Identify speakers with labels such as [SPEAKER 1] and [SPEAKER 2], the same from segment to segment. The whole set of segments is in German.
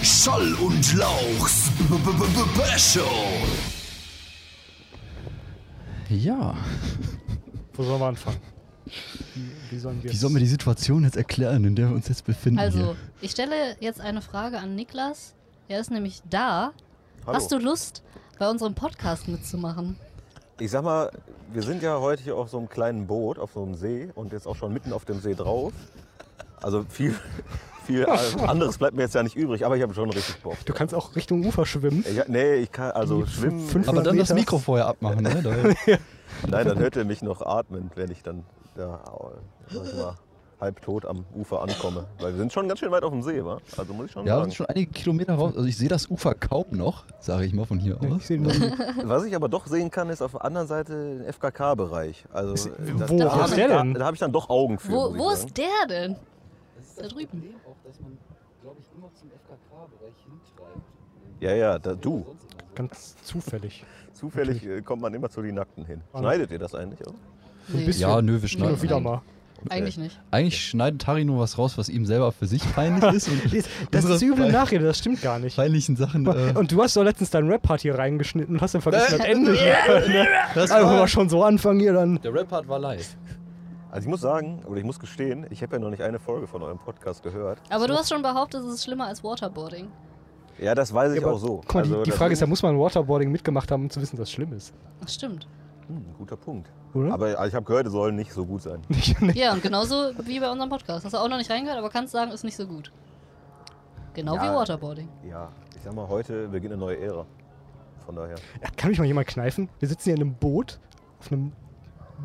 [SPEAKER 1] Scholl und Lauchs B -b -b -b -b Show.
[SPEAKER 2] Ja,
[SPEAKER 3] Wo sollen wir anfangen? Wie, wie sollen wir
[SPEAKER 2] wie sollen wir die Situation jetzt erklären, in der wir uns jetzt befinden?
[SPEAKER 4] Also,
[SPEAKER 2] hier?
[SPEAKER 4] ich stelle jetzt eine Frage an Niklas. Er ist nämlich da.
[SPEAKER 5] Hallo.
[SPEAKER 4] Hast du Lust, bei unserem Podcast mitzumachen?
[SPEAKER 5] Ich sag mal, wir sind ja heute hier auf so einem kleinen Boot, auf so einem See und jetzt auch schon mitten auf dem See drauf. Also viel, viel anderes bleibt mir jetzt ja nicht übrig, aber ich habe schon richtig Bock.
[SPEAKER 3] du kannst auch Richtung Ufer schwimmen.
[SPEAKER 5] Ich, nee, ich kann, also schwimmen,
[SPEAKER 3] fünf-
[SPEAKER 2] Aber dann das
[SPEAKER 3] Meters-
[SPEAKER 2] Mikro vorher abmachen, ne? Da-
[SPEAKER 5] nein, dann hört ihr mich noch atmen, wenn ich dann da sag ich mal, halbtot am Ufer ankomme. Weil wir sind schon ganz schön weit auf dem See, wa? Also muss ich schon
[SPEAKER 2] Ja, wir
[SPEAKER 5] sagen.
[SPEAKER 2] sind schon einige Kilometer raus. Also ich sehe das Ufer kaum noch, sage ich mal von hier
[SPEAKER 3] Nee,
[SPEAKER 2] aus.
[SPEAKER 3] ich seh nur-
[SPEAKER 5] Was ich aber doch sehen kann, ist auf der anderen Seite den FKK-Bereich. Also, da-
[SPEAKER 3] wo?
[SPEAKER 5] da
[SPEAKER 4] Wo
[SPEAKER 5] habe
[SPEAKER 4] ist
[SPEAKER 5] ich,
[SPEAKER 3] der
[SPEAKER 5] da,
[SPEAKER 3] denn?
[SPEAKER 5] da hab ich dann doch Augen für. ne?
[SPEAKER 4] Wo,
[SPEAKER 5] muss ich
[SPEAKER 4] wo
[SPEAKER 5] sagen.
[SPEAKER 4] ist der denn? Da drüben.
[SPEAKER 5] Ja, ja, da, du.
[SPEAKER 3] Ganz zufällig.
[SPEAKER 5] Zufällig äh, kommt man immer zu den Nackten hin.
[SPEAKER 3] Ah.
[SPEAKER 5] Schneidet ihr das eigentlich auch?
[SPEAKER 4] Nee,
[SPEAKER 3] bist-
[SPEAKER 2] Ja, nö, wir
[SPEAKER 3] Hin und
[SPEAKER 2] schneiden.
[SPEAKER 3] wieder
[SPEAKER 2] ein.
[SPEAKER 3] mal.
[SPEAKER 4] eigentlich nicht.
[SPEAKER 2] Eigentlich schneiden Tari nur was raus, was ihm selber für sich peinlich ist. Und
[SPEAKER 3] Das
[SPEAKER 2] unsere
[SPEAKER 3] ist üble
[SPEAKER 2] pein-
[SPEAKER 3] Nachrede, das stimmt gar nicht.
[SPEAKER 2] peinlichen Sachen. Äh,
[SPEAKER 3] Und du hast doch letztens deinen Rap-Part hier reingeschnitten und hast dann vergessen, das Ende.
[SPEAKER 2] das
[SPEAKER 3] Also, wenn
[SPEAKER 2] war-
[SPEAKER 3] wir schon so anfangen hier, dann.
[SPEAKER 2] der Rap-Part war live.
[SPEAKER 5] Also ich muss sagen, oder ich muss gestehen, ich habe ja noch nicht eine Folge von eurem Podcast gehört.
[SPEAKER 4] Aber du hast schon behauptet, es ist schlimmer als Waterboarding.
[SPEAKER 5] Ja, das weiß ich
[SPEAKER 3] Ja, aber
[SPEAKER 5] auch so.
[SPEAKER 3] Guck mal,
[SPEAKER 5] Also
[SPEAKER 3] die, die
[SPEAKER 5] das
[SPEAKER 3] Frage ist ja, muss man Waterboarding mitgemacht haben, um zu wissen, dass es schlimm ist?
[SPEAKER 4] Das stimmt.
[SPEAKER 5] Hm, guter Punkt.
[SPEAKER 3] Oder?
[SPEAKER 5] Aber also ich habe gehört, es soll nicht so gut sein.
[SPEAKER 4] Ja, und genauso wie bei unserem Podcast. Hast du auch noch nicht reingehört, aber kannst sagen, ist nicht so gut. Genau wie
[SPEAKER 5] Ja.
[SPEAKER 4] Waterboarding.
[SPEAKER 5] Ja, ich sag mal, heute beginnt eine neue Ära. Von daher.
[SPEAKER 3] Ja, kann mich mal jemand kneifen? Wir sitzen hier in einem Boot auf einem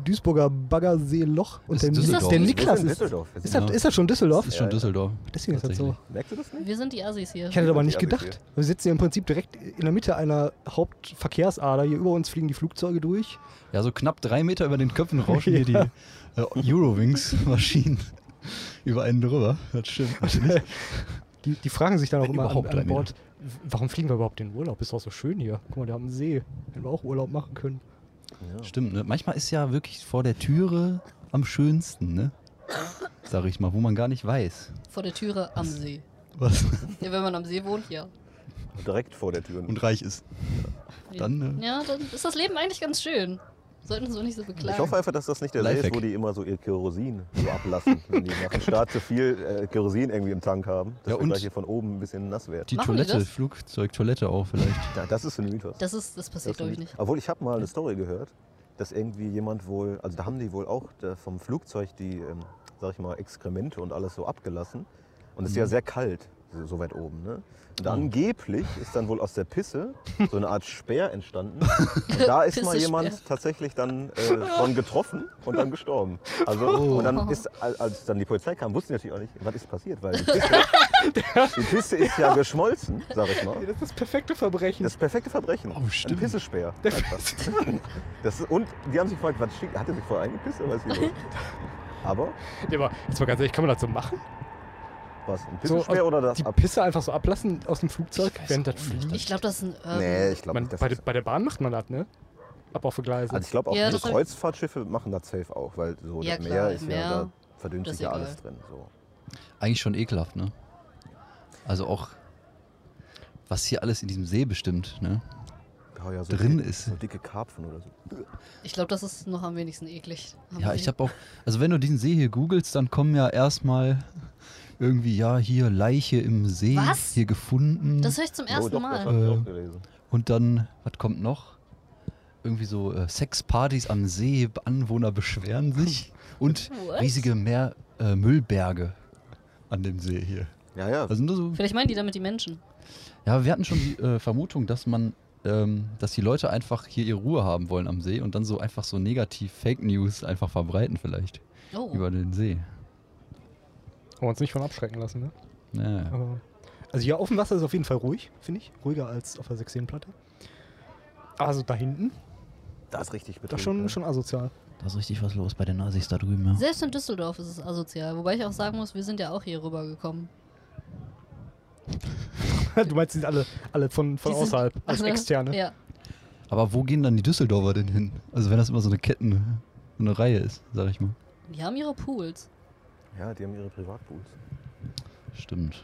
[SPEAKER 3] Duisburger Baggerseeloch und
[SPEAKER 2] Ist
[SPEAKER 3] der,
[SPEAKER 2] Düsseldorf.
[SPEAKER 3] der
[SPEAKER 2] Ist
[SPEAKER 3] Niklas
[SPEAKER 5] Wir
[SPEAKER 3] ist.
[SPEAKER 5] sind in Düsseldorf. Wir
[SPEAKER 3] Ist
[SPEAKER 5] sind-
[SPEAKER 3] das, ist das schon Düsseldorf?
[SPEAKER 2] Das ist schon
[SPEAKER 5] Ja, ja.
[SPEAKER 2] Deswldorf.
[SPEAKER 3] Deswegen ist das so.
[SPEAKER 5] Merkst du das nicht?
[SPEAKER 4] Wir sind die Assis hier.
[SPEAKER 3] Ich hätte aber nicht
[SPEAKER 5] Ja, bisher.
[SPEAKER 3] gedacht. Wir sitzen hier im Prinzip direkt in der Mitte einer Hauptverkehrsader. Hier über uns fliegen die Flugzeuge durch.
[SPEAKER 2] Ja, so knapp drei Meter über den Köpfen rauschen hier die äh, Eurowings-Maschinen über einen drüber. Das stimmt. natürlich.
[SPEAKER 3] Die, die fragen sich dann auch
[SPEAKER 2] Wenn
[SPEAKER 3] immer an,
[SPEAKER 2] überhaupt
[SPEAKER 3] an
[SPEAKER 2] eine.
[SPEAKER 3] Bord, w- warum fliegen wir überhaupt in den Urlaub? Ist doch so schön hier. Guck mal, da haben einen See. Hätten wir auch Urlaub machen können.
[SPEAKER 2] Stimmt, ne? Manchmal ist ja wirklich vor der Türe am schönsten, ne? Sag ich mal, wo man gar nicht weiß.
[SPEAKER 4] Vor der Türe am See.
[SPEAKER 2] Was
[SPEAKER 4] Ja, wenn man am See wohnt, ja.
[SPEAKER 5] Direkt vor der Tür.
[SPEAKER 2] und reich ist. Dann, äh,
[SPEAKER 4] Ja, dann ist das Leben eigentlich ganz schön. Sollten uns auch nicht so beklagen.
[SPEAKER 5] Ich hoffe einfach, dass das nicht der See ist,
[SPEAKER 2] Lifehack.
[SPEAKER 5] wo die immer so ihr Kerosin so ablassen, wenn die nach dem Start zu viel äh, Kerosin irgendwie im Tank haben, dass
[SPEAKER 2] Ja,
[SPEAKER 5] wir
[SPEAKER 2] und-
[SPEAKER 5] gleich hier von oben ein bisschen nass werden.
[SPEAKER 2] Die
[SPEAKER 4] Machen die
[SPEAKER 2] Toilette,
[SPEAKER 4] das?
[SPEAKER 2] Flugzeugtoilette auch vielleicht.
[SPEAKER 5] Ja, das ist ein Mythos.
[SPEAKER 4] Das, ist, das passiert,
[SPEAKER 5] Das
[SPEAKER 4] glaube ich,
[SPEAKER 5] nicht.
[SPEAKER 4] nicht.
[SPEAKER 5] Obwohl, ich habe mal eine Story gehört, dass irgendwie jemand wohl, also da haben die wohl auch da vom Flugzeug die, ähm, sag ich mal, Exkremente und alles so abgelassen. Und es ist ja
[SPEAKER 4] Mhm.
[SPEAKER 5] sehr kalt, so, so weit oben. Ne? Und angeblich ist dann wohl aus der Pisse so eine Art Speer entstanden. Und da ist mal jemand tatsächlich dann äh, von getroffen und dann gestorben. Also,
[SPEAKER 4] Oh.
[SPEAKER 5] Und dann ist, als als dann die Polizei kam, wussten die natürlich auch nicht, was ist passiert, weil die Pisse, die Pisse ist ja geschmolzen, sag ich mal.
[SPEAKER 3] Das ist das perfekte Verbrechen.
[SPEAKER 5] Das perfekte Verbrechen.
[SPEAKER 2] Oh, stimmt.
[SPEAKER 5] Ein Pissespeer. einfach. Das ist, und die haben sich gefragt, was schickt, hat er sich vorher eingepisst oder was ist hier los? Aber,
[SPEAKER 3] aber jetzt mal ganz ehrlich, kann man das so machen?
[SPEAKER 5] was, ein
[SPEAKER 3] So,
[SPEAKER 5] Pissespeer
[SPEAKER 3] also
[SPEAKER 5] oder das
[SPEAKER 3] die
[SPEAKER 5] ab?
[SPEAKER 3] Pisse einfach so ablassen aus dem Flugzeug,
[SPEAKER 2] Ich weiß
[SPEAKER 3] während das
[SPEAKER 2] auch nicht.
[SPEAKER 3] fliegt?
[SPEAKER 4] Ich glaube, das ist ein ähm, Urban.
[SPEAKER 5] Nee, ich glaube
[SPEAKER 3] Man,
[SPEAKER 5] nicht, dass
[SPEAKER 3] bei,
[SPEAKER 5] das
[SPEAKER 3] der- bei der Bahn macht man das, ne? Ab auf die Gleise.
[SPEAKER 5] Also ich glaube auch,
[SPEAKER 4] Ja,
[SPEAKER 5] diese
[SPEAKER 4] das hab-
[SPEAKER 5] Kreuzfahrtschiffe machen das safe auch, weil so
[SPEAKER 4] Ja,
[SPEAKER 5] das Meer
[SPEAKER 4] klar,
[SPEAKER 5] ist
[SPEAKER 4] Meer,
[SPEAKER 5] ja, da verdünnt
[SPEAKER 4] das
[SPEAKER 5] sich ja
[SPEAKER 4] egal.
[SPEAKER 5] alles drin. So.
[SPEAKER 2] Eigentlich schon ekelhaft, ne? Also auch, was hier alles in diesem See bestimmt, ne?
[SPEAKER 5] Ja, ja, so
[SPEAKER 2] Drin
[SPEAKER 5] dicke,
[SPEAKER 2] ist-
[SPEAKER 5] So dicke Karpfen oder so.
[SPEAKER 4] Ich glaube, das ist noch am wenigsten eklig. Am
[SPEAKER 2] Ja,
[SPEAKER 4] See.
[SPEAKER 2] ich habe auch, also wenn du diesen See hier googelst, dann kommen ja erstmal irgendwie, ja, hier Leiche im See,
[SPEAKER 4] Was?
[SPEAKER 2] hier gefunden.
[SPEAKER 4] Das höre ich zum
[SPEAKER 5] oh,
[SPEAKER 4] ersten
[SPEAKER 5] doch, das
[SPEAKER 4] Mal.
[SPEAKER 5] habe ich
[SPEAKER 2] Äh,
[SPEAKER 5] auch gelesen.
[SPEAKER 2] Und dann, was kommt noch? Irgendwie so äh, Sexpartys am See, Anwohner beschweren sich und
[SPEAKER 4] What?
[SPEAKER 2] riesige Meer, äh, Müllberge an dem See hier.
[SPEAKER 5] Ja, ja.
[SPEAKER 2] Also nur so,
[SPEAKER 4] Vielleicht meinen die damit die Menschen.
[SPEAKER 2] ja, wir hatten schon die äh, Vermutung, dass man, ähm, dass die Leute einfach hier ihre Ruhe haben wollen am See und dann so einfach so negativ Fake News einfach verbreiten vielleicht
[SPEAKER 4] Oh.
[SPEAKER 2] über den See.
[SPEAKER 3] Haben wir uns nicht von abschrecken lassen, ne?
[SPEAKER 2] Naja.
[SPEAKER 3] Aber, also hier auf dem Wasser ist auf jeden Fall ruhig, finde ich. Ruhiger als auf der 16-Platte. Also da hinten,
[SPEAKER 5] Da ist richtig betrunken.
[SPEAKER 3] da schon,
[SPEAKER 5] ne?
[SPEAKER 3] schon asozial.
[SPEAKER 2] Da ist richtig was los bei den Nazis da drüben, ja.
[SPEAKER 4] Selbst in Düsseldorf ist es asozial. Wobei ich auch sagen muss, wir sind ja auch hier rübergekommen.
[SPEAKER 3] du meinst, die sind alle, alle von, von
[SPEAKER 4] Die sind
[SPEAKER 3] außerhalb, als
[SPEAKER 4] alle-
[SPEAKER 3] Externe.
[SPEAKER 4] Ja.
[SPEAKER 2] Aber wo gehen dann die Düsseldorfer denn hin? Also wenn das immer so eine Ketten, so eine Reihe ist, sag ich mal.
[SPEAKER 4] Die haben ihre Pools.
[SPEAKER 5] Ja, die haben ihre Privatpools.
[SPEAKER 2] Stimmt.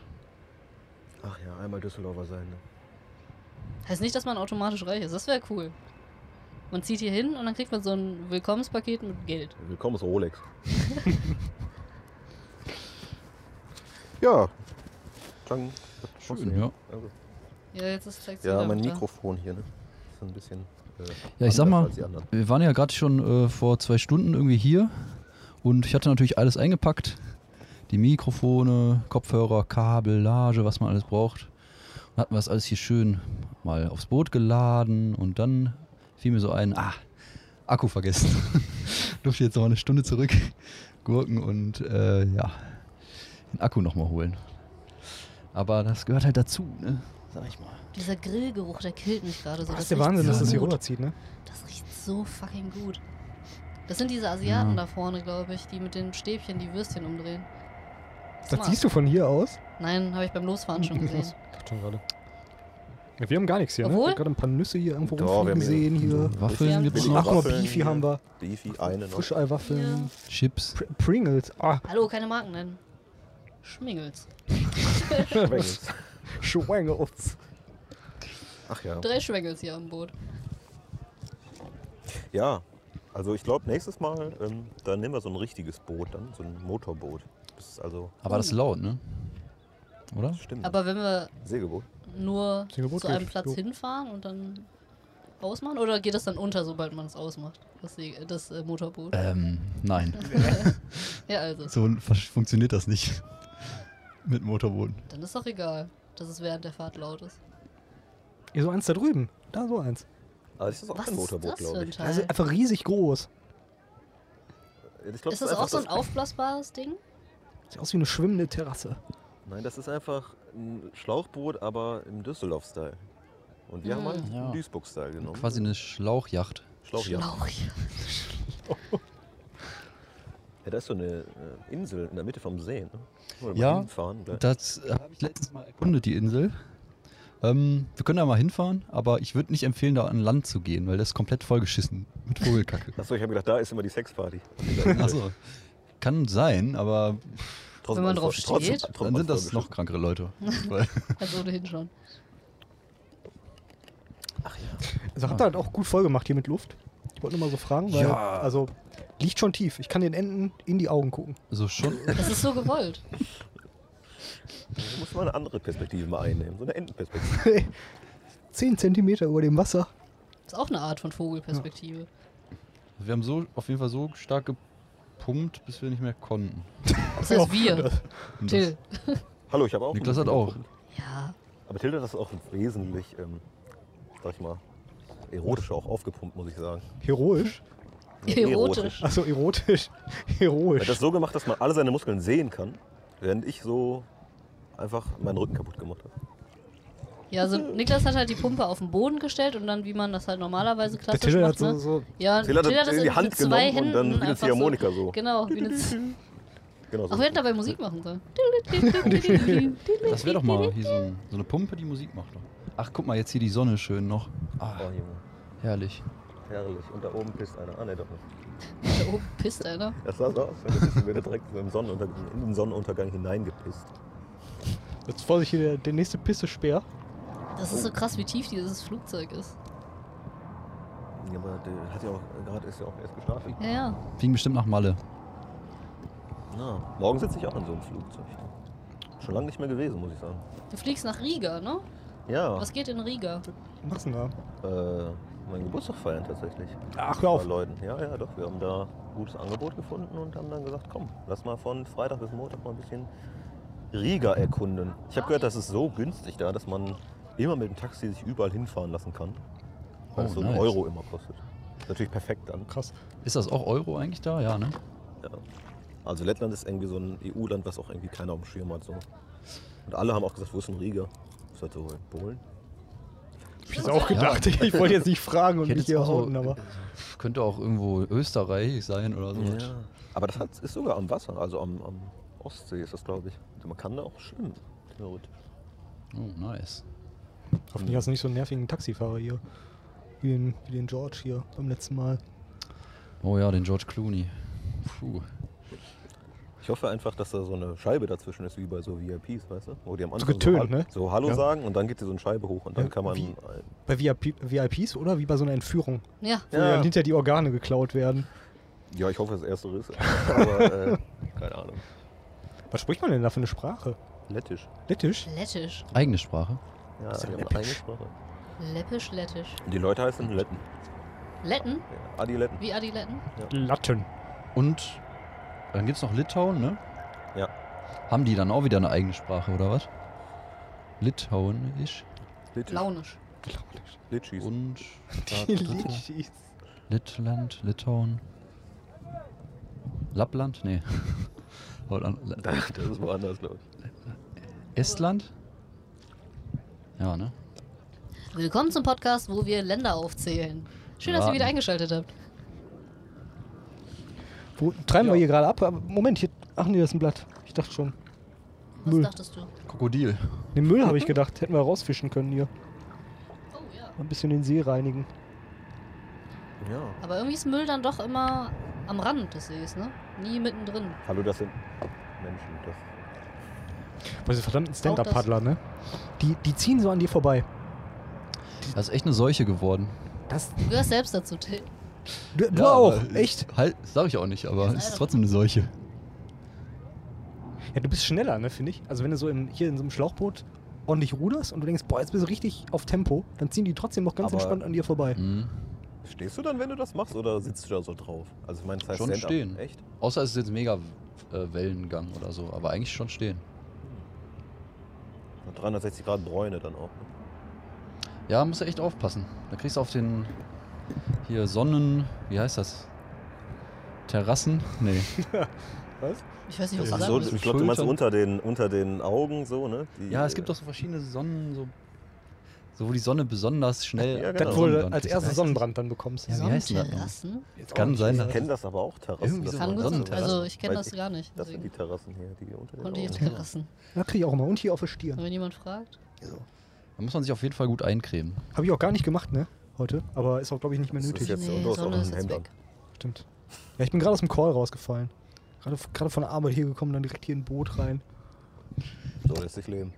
[SPEAKER 5] Ach ja, einmal Düsseldorfer sein. Ne?
[SPEAKER 4] Heißt nicht, dass man automatisch reich ist. Das wäre cool. Man zieht hier hin und dann kriegt man so ein Willkommenspaket mit Geld.
[SPEAKER 5] Willkommen ist Rolex. ja. Dann, das
[SPEAKER 2] Schön,
[SPEAKER 5] funktioniert.
[SPEAKER 2] ja.
[SPEAKER 5] Also,
[SPEAKER 4] Ja, jetzt ist zeigt's
[SPEAKER 5] ja,
[SPEAKER 4] wieder
[SPEAKER 5] mein
[SPEAKER 4] wieder.
[SPEAKER 5] Mikrofon hier, ne? Ist ein bisschen. Äh,
[SPEAKER 2] Ja, ich sag mal,
[SPEAKER 5] anders als die anderen.
[SPEAKER 2] wir waren ja gerade schon äh, vor zwei Stunden irgendwie hier und ich hatte natürlich alles eingepackt. Die Mikrofone, Kopfhörer, Kabellage, was man alles braucht. Und hatten wir das alles hier schön mal aufs Boot geladen und dann fiel mir so ein, ah, Akku vergessen. Durfte jetzt noch mal eine Stunde zurück gurken und äh, ja, den Akku nochmal holen. Aber das gehört halt dazu, ne? Sag ich mal.
[SPEAKER 4] Dieser Grillgeruch, der killt mich gerade so.
[SPEAKER 3] Das ist der
[SPEAKER 4] Das
[SPEAKER 3] Wahnsinn,
[SPEAKER 4] riecht
[SPEAKER 3] dass
[SPEAKER 4] so
[SPEAKER 3] das hier
[SPEAKER 4] gut.
[SPEAKER 3] rüberzieht, ne?
[SPEAKER 4] Das riecht so fucking gut. Das sind diese Asiaten
[SPEAKER 2] Ja.
[SPEAKER 4] da vorne, glaube ich, die mit den Stäbchen die Würstchen umdrehen.
[SPEAKER 3] Das siehst du von hier aus?
[SPEAKER 4] Nein, habe ich beim Losfahren schon gesehen.
[SPEAKER 3] Ich dachte schon gerade. Ja, wir haben gar nichts hier, ne?
[SPEAKER 4] Obwohl-
[SPEAKER 3] Ich hab gerade ein paar Nüsse hier irgendwo
[SPEAKER 5] Ja,
[SPEAKER 3] rumfliegen
[SPEAKER 5] wir haben hier-
[SPEAKER 3] gesehen hier.
[SPEAKER 2] Waffeln
[SPEAKER 4] Ja.
[SPEAKER 2] gibt's
[SPEAKER 5] Billige
[SPEAKER 2] noch,
[SPEAKER 3] Ach, guck mal,
[SPEAKER 5] Waffeln
[SPEAKER 3] Beefy
[SPEAKER 5] hier.
[SPEAKER 3] haben wir.
[SPEAKER 5] Beefy, eine noch.
[SPEAKER 3] Frischeiwaffeln.
[SPEAKER 2] Chips.
[SPEAKER 3] Pr Pringles. Ah,
[SPEAKER 4] Hallo, keine Marken nennen. Schmingels.
[SPEAKER 5] Schwengels.
[SPEAKER 3] Schwengels.
[SPEAKER 5] Ach ja.
[SPEAKER 4] Drei Schwengels hier am Boot.
[SPEAKER 5] Ja, also ich glaube, nächstes Mal, ähm, dann nehmen wir so ein richtiges Boot, dann so ein Motorboot. Das ist also,
[SPEAKER 2] Aber das ist laut, ne? Oder?
[SPEAKER 5] das stimmt,
[SPEAKER 4] Aber wenn wir
[SPEAKER 5] Segelboot.
[SPEAKER 4] nur
[SPEAKER 3] Ist ja Gebot
[SPEAKER 4] zu einem
[SPEAKER 3] geht.
[SPEAKER 4] Platz
[SPEAKER 3] Jo.
[SPEAKER 4] hinfahren und dann ausmachen? Oder geht das dann unter, sobald man es ausmacht? Das, Se- das äh, Motorboot.
[SPEAKER 2] Ähm, nein.
[SPEAKER 4] Ja, also.
[SPEAKER 2] So fun- funktioniert das nicht. Mit Motorbooten.
[SPEAKER 4] Dann ist doch egal, dass es während der Fahrt laut ist.
[SPEAKER 3] Ja, so eins da drüben. Da so eins.
[SPEAKER 5] Aber das ist auch
[SPEAKER 4] Was
[SPEAKER 5] ein
[SPEAKER 4] ist
[SPEAKER 5] Motorboot,
[SPEAKER 4] das für
[SPEAKER 5] glaube
[SPEAKER 4] ein
[SPEAKER 5] ich.
[SPEAKER 4] Teil?
[SPEAKER 3] Also einfach riesig groß.
[SPEAKER 5] Ich glaub,
[SPEAKER 4] ist das
[SPEAKER 5] einfach
[SPEAKER 4] auch so ein aufblasbares Ding?
[SPEAKER 3] Sieht aus wie eine schwimmende Terrasse.
[SPEAKER 5] Nein, das ist einfach ein Schlauchboot, aber im Düsseldorf-Style. Und wir
[SPEAKER 4] Mhm.
[SPEAKER 5] haben halt
[SPEAKER 2] Mm, Ja.
[SPEAKER 5] einen Duisburg-Style genommen.
[SPEAKER 2] Quasi eine Schlauchjacht.
[SPEAKER 5] Schlauchjacht.
[SPEAKER 4] Schlauch.
[SPEAKER 5] Ja, da ist so eine äh, Insel in der Mitte vom See. Ne? Wollen wir
[SPEAKER 2] Ja,
[SPEAKER 5] mal hinfahren, gell?
[SPEAKER 2] Das äh, habe ich letztes Mal erkundet, die Insel. Ähm, wir können da mal hinfahren, aber ich würde nicht empfehlen, da an Land zu gehen, weil das ist komplett vollgeschissen mit Vogelkacke.
[SPEAKER 5] Achso, ich habe gedacht, da ist immer die Sexparty. Also,
[SPEAKER 2] Achso. Kann sein, aber
[SPEAKER 5] Trotzdem
[SPEAKER 4] Wenn man drauf
[SPEAKER 5] alles voll- trotzdem-
[SPEAKER 4] steht,
[SPEAKER 5] trotzdem
[SPEAKER 2] dann sind
[SPEAKER 5] alles
[SPEAKER 2] das noch krankere Leute. Weil-
[SPEAKER 4] Also ohnehin schon.
[SPEAKER 3] Also habt ihr halt auch gut voll gemacht hier mit Luft. Ich wollte nur mal so fragen, weil.
[SPEAKER 2] Ja.
[SPEAKER 3] Also, liegt schon tief. Ich kann den Enten in die Augen gucken.
[SPEAKER 2] so schon.
[SPEAKER 4] Das ist so gewollt.
[SPEAKER 5] vollgeschissen. Da muss man eine andere Perspektive mal einnehmen, so eine Entenperspektive.
[SPEAKER 3] Zehn Zentimeter über dem Wasser.
[SPEAKER 4] Ist auch eine Art von Vogelperspektive.
[SPEAKER 2] Wir haben so auf jeden Fall so stark gepumpt, bis wir nicht mehr konnten.
[SPEAKER 4] Das heißt wir.
[SPEAKER 2] Und
[SPEAKER 4] Till.
[SPEAKER 5] Hallo, ich habe auch.
[SPEAKER 2] Niklas
[SPEAKER 5] ein
[SPEAKER 2] hat auch.
[SPEAKER 4] Ja.
[SPEAKER 5] Aber Tilda hat das auch wesentlich, ähm, sag ich mal, erotisch auch aufgepumpt, muss ich sagen.
[SPEAKER 3] Heroisch.
[SPEAKER 4] Erotisch.
[SPEAKER 3] Achso, erotisch.
[SPEAKER 5] Er hat das
[SPEAKER 3] Heroisch.
[SPEAKER 5] so gemacht, dass man alle seine Muskeln sehen kann, während ich so einfach meinen Rücken kaputt gemacht habe.
[SPEAKER 4] Ja, also Niklas hat halt die Pumpe auf den Boden gestellt und dann, wie man das halt normalerweise
[SPEAKER 3] Der
[SPEAKER 4] klassisch
[SPEAKER 3] Tischler hat
[SPEAKER 4] macht,
[SPEAKER 3] so,
[SPEAKER 4] ne?
[SPEAKER 3] so
[SPEAKER 4] Ja,
[SPEAKER 5] Till hat das in die
[SPEAKER 4] so
[SPEAKER 5] Hand
[SPEAKER 4] zwei
[SPEAKER 5] genommen und dann
[SPEAKER 4] Händen
[SPEAKER 5] wie
[SPEAKER 4] einfach
[SPEAKER 5] eine
[SPEAKER 4] Oh,
[SPEAKER 5] Ziehharmonika so.
[SPEAKER 4] Genau, wie eine Z
[SPEAKER 5] Genau
[SPEAKER 4] Auch
[SPEAKER 5] so.
[SPEAKER 4] wir hätten dabei Musik machen sollen.
[SPEAKER 2] Das wäre doch mal hier so, ein, so eine Pumpe, die Musik macht. Doch. Ach, guck mal, jetzt hier die Sonne schön noch. Ah,
[SPEAKER 5] Oh, Junge,
[SPEAKER 2] herrlich.
[SPEAKER 5] herrlich. Und da oben pisst einer. Ah, ne, doch nicht.
[SPEAKER 4] Da oben pisst einer.
[SPEAKER 5] Das sah so aus, als wäre direkt so im Sonnenuntergang, in den Sonnenuntergang hineingepisst.
[SPEAKER 3] Jetzt vorsicht hier, der, der nächste Pisse-Speer.
[SPEAKER 4] Das ist so krass, wie tief dieses Flugzeug ist.
[SPEAKER 5] Ja, aber der hat ja auch, gerade ist ja auch erst gestartet.
[SPEAKER 4] Ja, ja.
[SPEAKER 2] Fliegen bestimmt nach Malle.
[SPEAKER 5] Na, morgen sitze ich auch in so einem Flugzeug. Schon lange nicht mehr gewesen, muss ich sagen.
[SPEAKER 4] Du fliegst nach Riga, ne?
[SPEAKER 5] Ja,
[SPEAKER 4] Was geht in Riga?
[SPEAKER 3] Was machst du denn
[SPEAKER 5] äh, meinen Geburtstag feiern tatsächlich.
[SPEAKER 3] da? Ach, hör auf.
[SPEAKER 5] Bei Leuten. Ja, ja, doch. Wir haben da ein gutes Angebot gefunden und haben dann gesagt, komm, lass mal von Freitag bis Montag mal ein bisschen Riga erkunden. Ich habe gehört, das ist so günstig da, dass man immer mit dem Taxi sich überall hinfahren lassen kann. Weil
[SPEAKER 2] Oh,
[SPEAKER 5] es so einen
[SPEAKER 2] nice.
[SPEAKER 5] Euro immer kostet. Ist natürlich perfekt dann.
[SPEAKER 3] Krass.
[SPEAKER 2] Ist das auch Euro eigentlich da? Ja, ne?
[SPEAKER 5] Ja. Also Lettland ist irgendwie so ein EU-Land, was auch irgendwie keiner auf dem Schirm hat. So. Und alle haben auch gesagt, wo ist denn Riga? Ist das so in Polen?
[SPEAKER 3] Ich hab's auch gedacht. Ich wollte jetzt nicht fragen und
[SPEAKER 2] Ich hätte
[SPEAKER 3] mich
[SPEAKER 2] jetzt
[SPEAKER 3] hier
[SPEAKER 2] auch so-
[SPEAKER 3] outen, aber.
[SPEAKER 2] Könnte auch irgendwo Österreich sein oder so.
[SPEAKER 5] Also Aber das hat, ist sogar am Wasser, also am, am Ostsee ist das, glaube ich. Also man kann da auch schwimmen, theoretisch.
[SPEAKER 2] Oh, nice.
[SPEAKER 3] Hoffentlich hast du nicht so einen nervigen Taxifahrer hier. Wie den, wie den George hier beim letzten Mal.
[SPEAKER 2] Oh ja, den George Clooney. Puh.
[SPEAKER 5] Ich hoffe einfach, dass da so eine Scheibe dazwischen ist, wie bei so VIPs, weißt du? Wo die am Anfang
[SPEAKER 3] Getönt,
[SPEAKER 5] so, Hall-
[SPEAKER 3] ne?
[SPEAKER 5] so Hallo
[SPEAKER 3] Ja.
[SPEAKER 5] sagen und dann geht dir so eine Scheibe hoch und dann
[SPEAKER 3] Ja,
[SPEAKER 5] kann man.
[SPEAKER 3] wie-
[SPEAKER 5] ein-
[SPEAKER 3] Bei VIP, VIPs oder wie bei so einer Entführung,
[SPEAKER 4] Ja,
[SPEAKER 3] wo
[SPEAKER 5] Ja.
[SPEAKER 3] dann hinter die Organe geklaut werden.
[SPEAKER 5] Ja, ich hoffe, das erste ist. Aber äh, keine Ahnung.
[SPEAKER 3] Was spricht man denn da für eine Sprache?
[SPEAKER 5] Lettisch.
[SPEAKER 3] Lettisch?
[SPEAKER 4] lettisch.
[SPEAKER 2] Eigene Sprache.
[SPEAKER 5] Ja,
[SPEAKER 3] Ist ja
[SPEAKER 5] die haben eine
[SPEAKER 3] läppisch.
[SPEAKER 5] eigene Sprache.
[SPEAKER 4] Läppisch, lettisch.
[SPEAKER 5] Und Die Leute heißen Letten.
[SPEAKER 4] Letten?
[SPEAKER 5] Ja. Adi Letten.
[SPEAKER 4] Wie Adi Letten?
[SPEAKER 3] Latten.
[SPEAKER 2] Und dann gibt es noch Litauen, ne?
[SPEAKER 5] Ja.
[SPEAKER 2] Haben die dann auch wieder eine eigene Sprache, oder was? Litauenisch
[SPEAKER 5] Littisch.
[SPEAKER 4] Launisch.
[SPEAKER 5] Litschis.
[SPEAKER 2] und
[SPEAKER 3] Die Litschis.
[SPEAKER 2] Littland, Litauen. Lappland? Nee. Oder L-
[SPEAKER 5] Das ist woanders, glaube ich.
[SPEAKER 2] Estland? Ja, ne?
[SPEAKER 4] Willkommen zum Podcast, wo wir Länder aufzählen. Schön, dass ihr
[SPEAKER 2] Warten.
[SPEAKER 4] wieder eingeschaltet habt.
[SPEAKER 3] Wo treiben wir hier gerade ab? Aber Moment, hier. Ach nee, das ist ein Blatt. Ich dachte schon.
[SPEAKER 4] Was
[SPEAKER 3] Müll.
[SPEAKER 4] dachtest du?
[SPEAKER 2] Krokodil.
[SPEAKER 3] Den Müll habe ich gedacht, hätten wir rausfischen können hier.
[SPEAKER 4] Oh ja.
[SPEAKER 3] Mal ein bisschen den See reinigen.
[SPEAKER 5] Ja.
[SPEAKER 4] Aber irgendwie ist Müll dann doch immer am Rand des Sees, ne? Nie mittendrin.
[SPEAKER 5] Hallo, das sind Menschen. Das
[SPEAKER 3] Boah, diese verdammten
[SPEAKER 4] Stand-Up-Paddler,
[SPEAKER 3] ne? Die, die ziehen so an dir vorbei.
[SPEAKER 2] Das ist echt eine Seuche geworden.
[SPEAKER 3] Das,
[SPEAKER 4] Du gehörst selbst dazu, Till.
[SPEAKER 3] du du
[SPEAKER 2] Ja,
[SPEAKER 3] auch,
[SPEAKER 2] aber-
[SPEAKER 3] echt?
[SPEAKER 2] Halt, sag ich auch nicht, aber
[SPEAKER 4] Ist
[SPEAKER 2] es ist
[SPEAKER 4] leider-
[SPEAKER 2] trotzdem eine Seuche.
[SPEAKER 3] Ja, du bist schneller, ne, finde ich. Also wenn du so im, hier in so einem Schlauchboot ordentlich ruderst und du denkst, boah, jetzt bist du richtig auf Tempo, dann ziehen die trotzdem noch ganz
[SPEAKER 5] Aber-
[SPEAKER 3] entspannt an dir vorbei.
[SPEAKER 2] Mhm.
[SPEAKER 5] Stehst du dann, wenn du das machst, oder sitzt du da so drauf? Also ich meine, das heißt
[SPEAKER 2] Schon
[SPEAKER 5] Stand-up.
[SPEAKER 2] stehen.
[SPEAKER 5] Echt?
[SPEAKER 2] Außer es ist jetzt mega äh, Wellengang oder so, aber eigentlich schon stehen.
[SPEAKER 5] Und 360 Grad Bräune dann auch. ne?
[SPEAKER 2] Ja, musst du echt aufpassen. Da kriegst du auf den hier Sonnen, wie heißt das? Terrassen? Nee.
[SPEAKER 3] Was?
[SPEAKER 4] Ich weiß nicht,
[SPEAKER 2] Ja.
[SPEAKER 4] was du
[SPEAKER 5] Ach
[SPEAKER 4] sagen
[SPEAKER 5] so,
[SPEAKER 4] willst.
[SPEAKER 5] ich glaube, du meinst
[SPEAKER 2] Schultern.
[SPEAKER 5] unter den, unter den Augen so, ne? Die,
[SPEAKER 2] Ja, es gibt
[SPEAKER 5] äh,
[SPEAKER 2] doch so verschiedene Sonnen, so, so wo die Sonne besonders schnell.
[SPEAKER 5] Ja,
[SPEAKER 2] am
[SPEAKER 5] genau.
[SPEAKER 3] Das wohl
[SPEAKER 2] Sonnenbrand
[SPEAKER 3] als
[SPEAKER 2] ist.
[SPEAKER 3] erstes Sonnenbrand dann bekommst.
[SPEAKER 2] Ja, wie heißt denn das noch?
[SPEAKER 4] Sonnenterrassen?
[SPEAKER 3] Jetzt
[SPEAKER 2] Kann
[SPEAKER 3] auch nicht.
[SPEAKER 2] sein, ne?
[SPEAKER 5] Ich
[SPEAKER 2] dass-
[SPEAKER 5] kenne das aber auch, Terrassen.
[SPEAKER 2] Irgendwie
[SPEAKER 5] dass
[SPEAKER 2] so
[SPEAKER 4] Kann
[SPEAKER 5] man da
[SPEAKER 4] gut sein.
[SPEAKER 2] Sonnenterrassen.
[SPEAKER 4] Also ich kenne
[SPEAKER 5] Weil
[SPEAKER 4] das gar nicht.
[SPEAKER 5] Das sind die
[SPEAKER 4] Deswegen
[SPEAKER 5] Terrassen hier, die unter den
[SPEAKER 4] konnte ich
[SPEAKER 5] Augen
[SPEAKER 4] jetzt
[SPEAKER 5] sind.
[SPEAKER 4] Terrassen.
[SPEAKER 3] Da kriege ich auch immer. Und hier auf der Stirn.
[SPEAKER 4] Wenn jemand fragt.
[SPEAKER 2] Da muss man sich auf jeden Fall gut eincremen.
[SPEAKER 3] Habe ich auch gar nicht gemacht, ne? Heute. Aber ist auch, glaube ich, nicht mehr
[SPEAKER 5] Das ist
[SPEAKER 3] nötig.
[SPEAKER 5] jetzt-
[SPEAKER 4] Nee,
[SPEAKER 5] du hast auch
[SPEAKER 4] Sonne
[SPEAKER 5] noch
[SPEAKER 4] ist
[SPEAKER 5] ein
[SPEAKER 4] jetzt
[SPEAKER 5] Hemd
[SPEAKER 4] weg.
[SPEAKER 3] Stimmt. Ja, ich bin gerade aus dem Call rausgefallen. Gerade gerade von der Arbeit hier gekommen, dann direkt hier in ein Boot rein.
[SPEAKER 5] So lässt sich leben.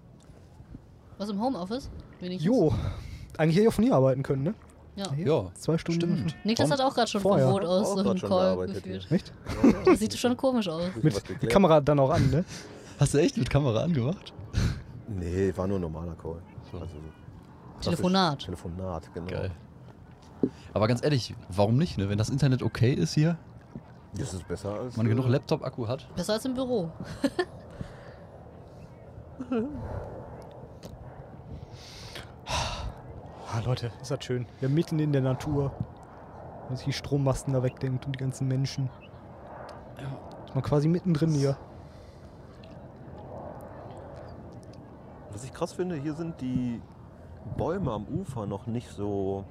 [SPEAKER 4] Was im Homeoffice? Wenigstens.
[SPEAKER 3] Jo, eigentlich hätte ich auch von hier arbeiten können, ne?
[SPEAKER 4] Ja.
[SPEAKER 2] Ja.
[SPEAKER 3] Zwei Stunden.
[SPEAKER 2] Stimmt.
[SPEAKER 4] Niklas hat auch gerade schon vom
[SPEAKER 3] Vorher.
[SPEAKER 4] Boot aus
[SPEAKER 5] Auch
[SPEAKER 4] so
[SPEAKER 5] grad
[SPEAKER 4] einen
[SPEAKER 5] schon
[SPEAKER 4] Call
[SPEAKER 5] gearbeitet
[SPEAKER 4] geführt.
[SPEAKER 3] Nicht?
[SPEAKER 4] Das sieht schon komisch aus.
[SPEAKER 5] Was
[SPEAKER 3] Mit die
[SPEAKER 5] geklärt?
[SPEAKER 3] Kamera dann auch an, ne?
[SPEAKER 2] Hast du echt mit Kamera angemacht?
[SPEAKER 5] Nee, war nur ein normaler Call.
[SPEAKER 2] So.
[SPEAKER 5] Also so klassisch-
[SPEAKER 4] Telefonat.
[SPEAKER 5] Telefonat, genau.
[SPEAKER 2] Geil. Aber ganz ehrlich, warum nicht, ne? Wenn das Internet okay ist hier,
[SPEAKER 5] Das ist besser als.
[SPEAKER 2] man
[SPEAKER 5] äh,
[SPEAKER 2] genug Laptop-Akku hat.
[SPEAKER 4] Besser als im Büro.
[SPEAKER 3] Ah, Leute, ist das schön. Wir mitten in der Natur. Wenn man sich die Strommasten da wegdenkt und die ganzen Menschen. Ist man quasi mittendrin hier.
[SPEAKER 5] Was ich krass finde, hier sind die Bäume am Ufer noch nicht so.